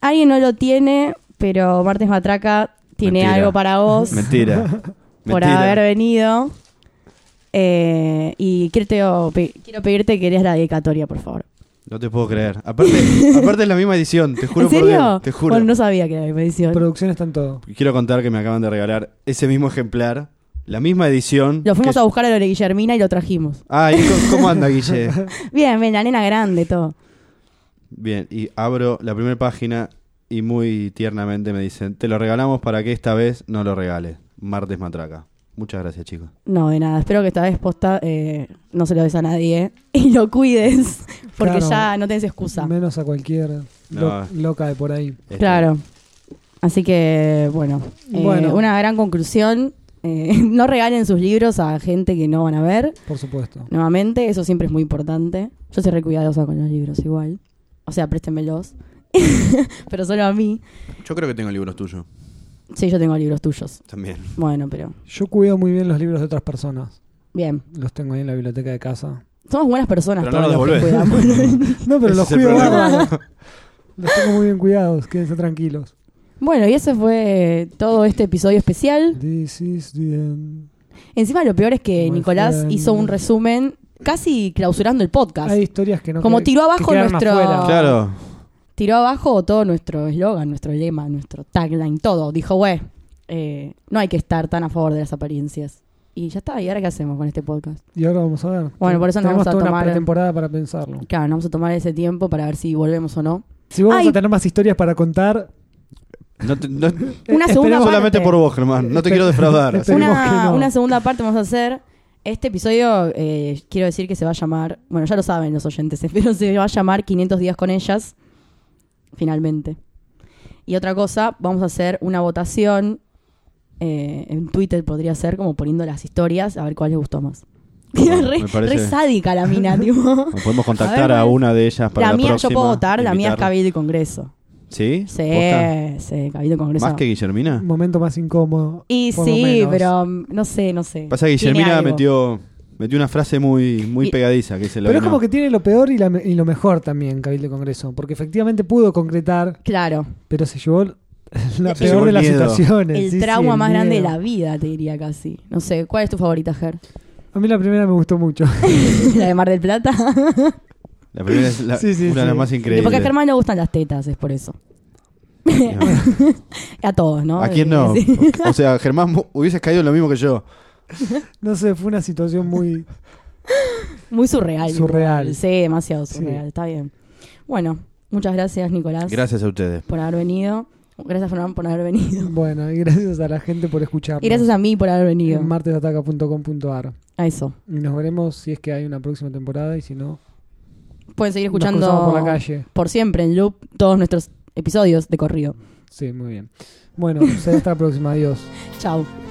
Speaker 2: Alguien no lo tiene, pero Martes Matraca tiene
Speaker 3: Mentira.
Speaker 2: algo para vos
Speaker 3: Mentira.
Speaker 2: por
Speaker 3: Mentira.
Speaker 2: haber venido. Eh, y quiero, te- pe- quiero pedirte que leas la dedicatoria, por favor.
Speaker 3: No te puedo creer. Aparte, aparte es la misma edición, te juro
Speaker 2: ¿En serio?
Speaker 3: por Dios. Te juro.
Speaker 2: Bueno, no sabía que era mi edición.
Speaker 1: Producción está en todo.
Speaker 3: Quiero contar que me acaban de regalar ese mismo ejemplar, la misma edición.
Speaker 2: Lo fuimos
Speaker 3: que-
Speaker 2: a buscar a la Guillermina y lo trajimos.
Speaker 3: Ah, ¿y cómo- cómo anda, Guille?
Speaker 2: Bien, bien, la nena grande, todo.
Speaker 3: Bien, y abro la primera página y muy tiernamente me dicen, te lo regalamos para que esta vez no lo regales. Martes Matraca. Muchas gracias, chicos.
Speaker 2: No, de nada. Espero que esta vez posta eh, no se lo des a nadie ¿eh? y lo cuides, porque
Speaker 1: Claro.
Speaker 2: ya no tenés excusa.
Speaker 1: Menos a cualquier lo-
Speaker 3: No.
Speaker 1: loca de por ahí.
Speaker 3: Este,
Speaker 2: Claro. Así que, bueno, eh,
Speaker 1: Bueno.
Speaker 2: una gran conclusión. Eh, no regalen sus libros a gente que no van a ver.
Speaker 1: Por supuesto.
Speaker 2: Nuevamente, eso siempre es muy importante. Yo soy re cuidadosa con los libros igual. O sea, préstenmelos. pero solo a mí.
Speaker 3: Yo creo que tengo libros tuyos
Speaker 2: Sí, yo tengo libros tuyos.
Speaker 3: también.
Speaker 2: Bueno, pero
Speaker 1: Yo cuido muy bien los libros de otras personas.
Speaker 2: bien.
Speaker 1: Los tengo ahí en la biblioteca de casa.
Speaker 2: Somos buenas personas
Speaker 3: Pero no
Speaker 2: todos
Speaker 3: los
Speaker 2: los que
Speaker 3: devolvés.
Speaker 2: cuidamos.
Speaker 1: No, pero
Speaker 3: Ese
Speaker 1: los
Speaker 3: es el
Speaker 1: cuido
Speaker 3: problema.
Speaker 1: bárbaro. Los tengo muy bien cuidados, quédense tranquilos.
Speaker 2: bueno, y ese fue todo este episodio especial.
Speaker 1: This is the end.
Speaker 2: Encima lo peor es que
Speaker 1: My
Speaker 2: Nicolás
Speaker 1: friend.
Speaker 2: hizo un resumen casi clausurando el podcast.
Speaker 1: Hay historias que no
Speaker 2: Como
Speaker 1: que-
Speaker 2: tiró
Speaker 1: que
Speaker 2: abajo
Speaker 1: quedaron
Speaker 2: nuestro-
Speaker 1: afuera.
Speaker 3: Claro.
Speaker 2: tiró abajo todo nuestro eslogan, nuestro lema, nuestro tagline, todo. Dijo, güey, eh, no hay que estar tan a favor de las apariencias. Y ya está, ¿y ahora qué hacemos con este podcast?
Speaker 1: Y ahora vamos a ver.
Speaker 2: Bueno, por eso nos
Speaker 1: Tenemos
Speaker 2: vamos a
Speaker 1: toda
Speaker 2: tomar-
Speaker 1: una temporada para pensarlo.
Speaker 2: Claro, nos vamos a tomar ese tiempo para ver si volvemos o no.
Speaker 1: Si vamos
Speaker 2: Ay.
Speaker 1: a tener más historias para contar,
Speaker 3: No te- no-
Speaker 2: Una
Speaker 1: eh,
Speaker 2: segunda
Speaker 1: esperemos-
Speaker 2: parte.
Speaker 3: solamente por vos, Germán. No te
Speaker 1: Espe-
Speaker 3: quiero defraudar.
Speaker 1: Espe- Esperemos
Speaker 2: una,
Speaker 1: que no.
Speaker 2: una segunda parte vamos a hacer. Este episodio, eh, quiero decir que se va a llamar, bueno, ya lo saben los oyentes, pero se va a llamar 500 días con ellas, finalmente. Y otra cosa, vamos a hacer una votación eh, en Twitter, podría ser, como poniendo las historias, a ver cuál les gustó más.
Speaker 3: Bueno,
Speaker 2: re,
Speaker 3: me parece-
Speaker 2: re sádica la mina, tipo.
Speaker 3: Nos podemos contactar
Speaker 2: A ver,
Speaker 3: a una de ellas para
Speaker 2: la
Speaker 3: la,
Speaker 2: mía
Speaker 3: próxima.
Speaker 2: yo puedo votar, la mía es
Speaker 3: invitarla.
Speaker 2: Cabildo y Congreso.
Speaker 3: ¿Sí?
Speaker 2: Sí,
Speaker 3: ¿Posta?
Speaker 2: sí, Cabildo y Congreso.
Speaker 3: ¿Más que Guillermina?
Speaker 1: un momento más incómodo.
Speaker 2: Y
Speaker 1: por lo
Speaker 2: sí,
Speaker 1: menos.
Speaker 2: pero mm, no sé, no sé.
Speaker 3: Pasa que
Speaker 2: Tiene
Speaker 3: Guillermina
Speaker 2: algo.
Speaker 3: metió, metió una frase muy, muy
Speaker 2: Y-
Speaker 3: pegadiza que se lo
Speaker 1: Pero es como que tiene lo peor y, la me- y lo mejor también Cabildo y Congreso, porque efectivamente pudo concretar,
Speaker 2: Claro.
Speaker 1: pero se llevó la peor
Speaker 3: Se llevó
Speaker 1: de
Speaker 3: el
Speaker 1: las
Speaker 3: miedo.
Speaker 1: situaciones.
Speaker 2: El
Speaker 1: Sí, sí,
Speaker 2: trauma
Speaker 1: el
Speaker 2: más
Speaker 1: miedo.
Speaker 2: grande de la vida, te diría casi. No sé, ¿cuál es tu favorita, Ger?
Speaker 1: A mí la primera me gustó mucho.
Speaker 2: ¿La de Mar del Plata?
Speaker 3: La primera es la-
Speaker 1: Sí, sí,
Speaker 3: una de
Speaker 1: sí.
Speaker 3: las más increíbles.
Speaker 2: Porque a Germán le gustan las tetas, es por eso. A todos, ¿no?
Speaker 3: ¿A quién no?
Speaker 2: Sí.
Speaker 3: O sea, Germán mu- hubieses caído en lo mismo que yo.
Speaker 1: No sé, fue una situación muy...
Speaker 2: Muy surreal.
Speaker 1: Surreal.
Speaker 2: Sí, demasiado
Speaker 1: Sí.
Speaker 2: surreal. Está bien. Bueno, muchas gracias, Nicolás,
Speaker 3: Gracias a ustedes.
Speaker 2: por haber venido. Gracias, Fernán, por haber venido.
Speaker 1: Bueno, y gracias a la gente por escucharnos.
Speaker 2: Y gracias a mí por haber venido.
Speaker 1: en martesataca.com.ar.
Speaker 2: A eso.
Speaker 1: Y nos veremos si es que hay una próxima temporada y si no,
Speaker 2: Pueden seguir
Speaker 1: nos
Speaker 2: escuchando
Speaker 1: cruzamos por la calle.
Speaker 2: por siempre en loop todos nuestros episodios de corrido.
Speaker 1: Sí, muy bien. Bueno, será hasta la próxima. Adiós.
Speaker 2: Chao.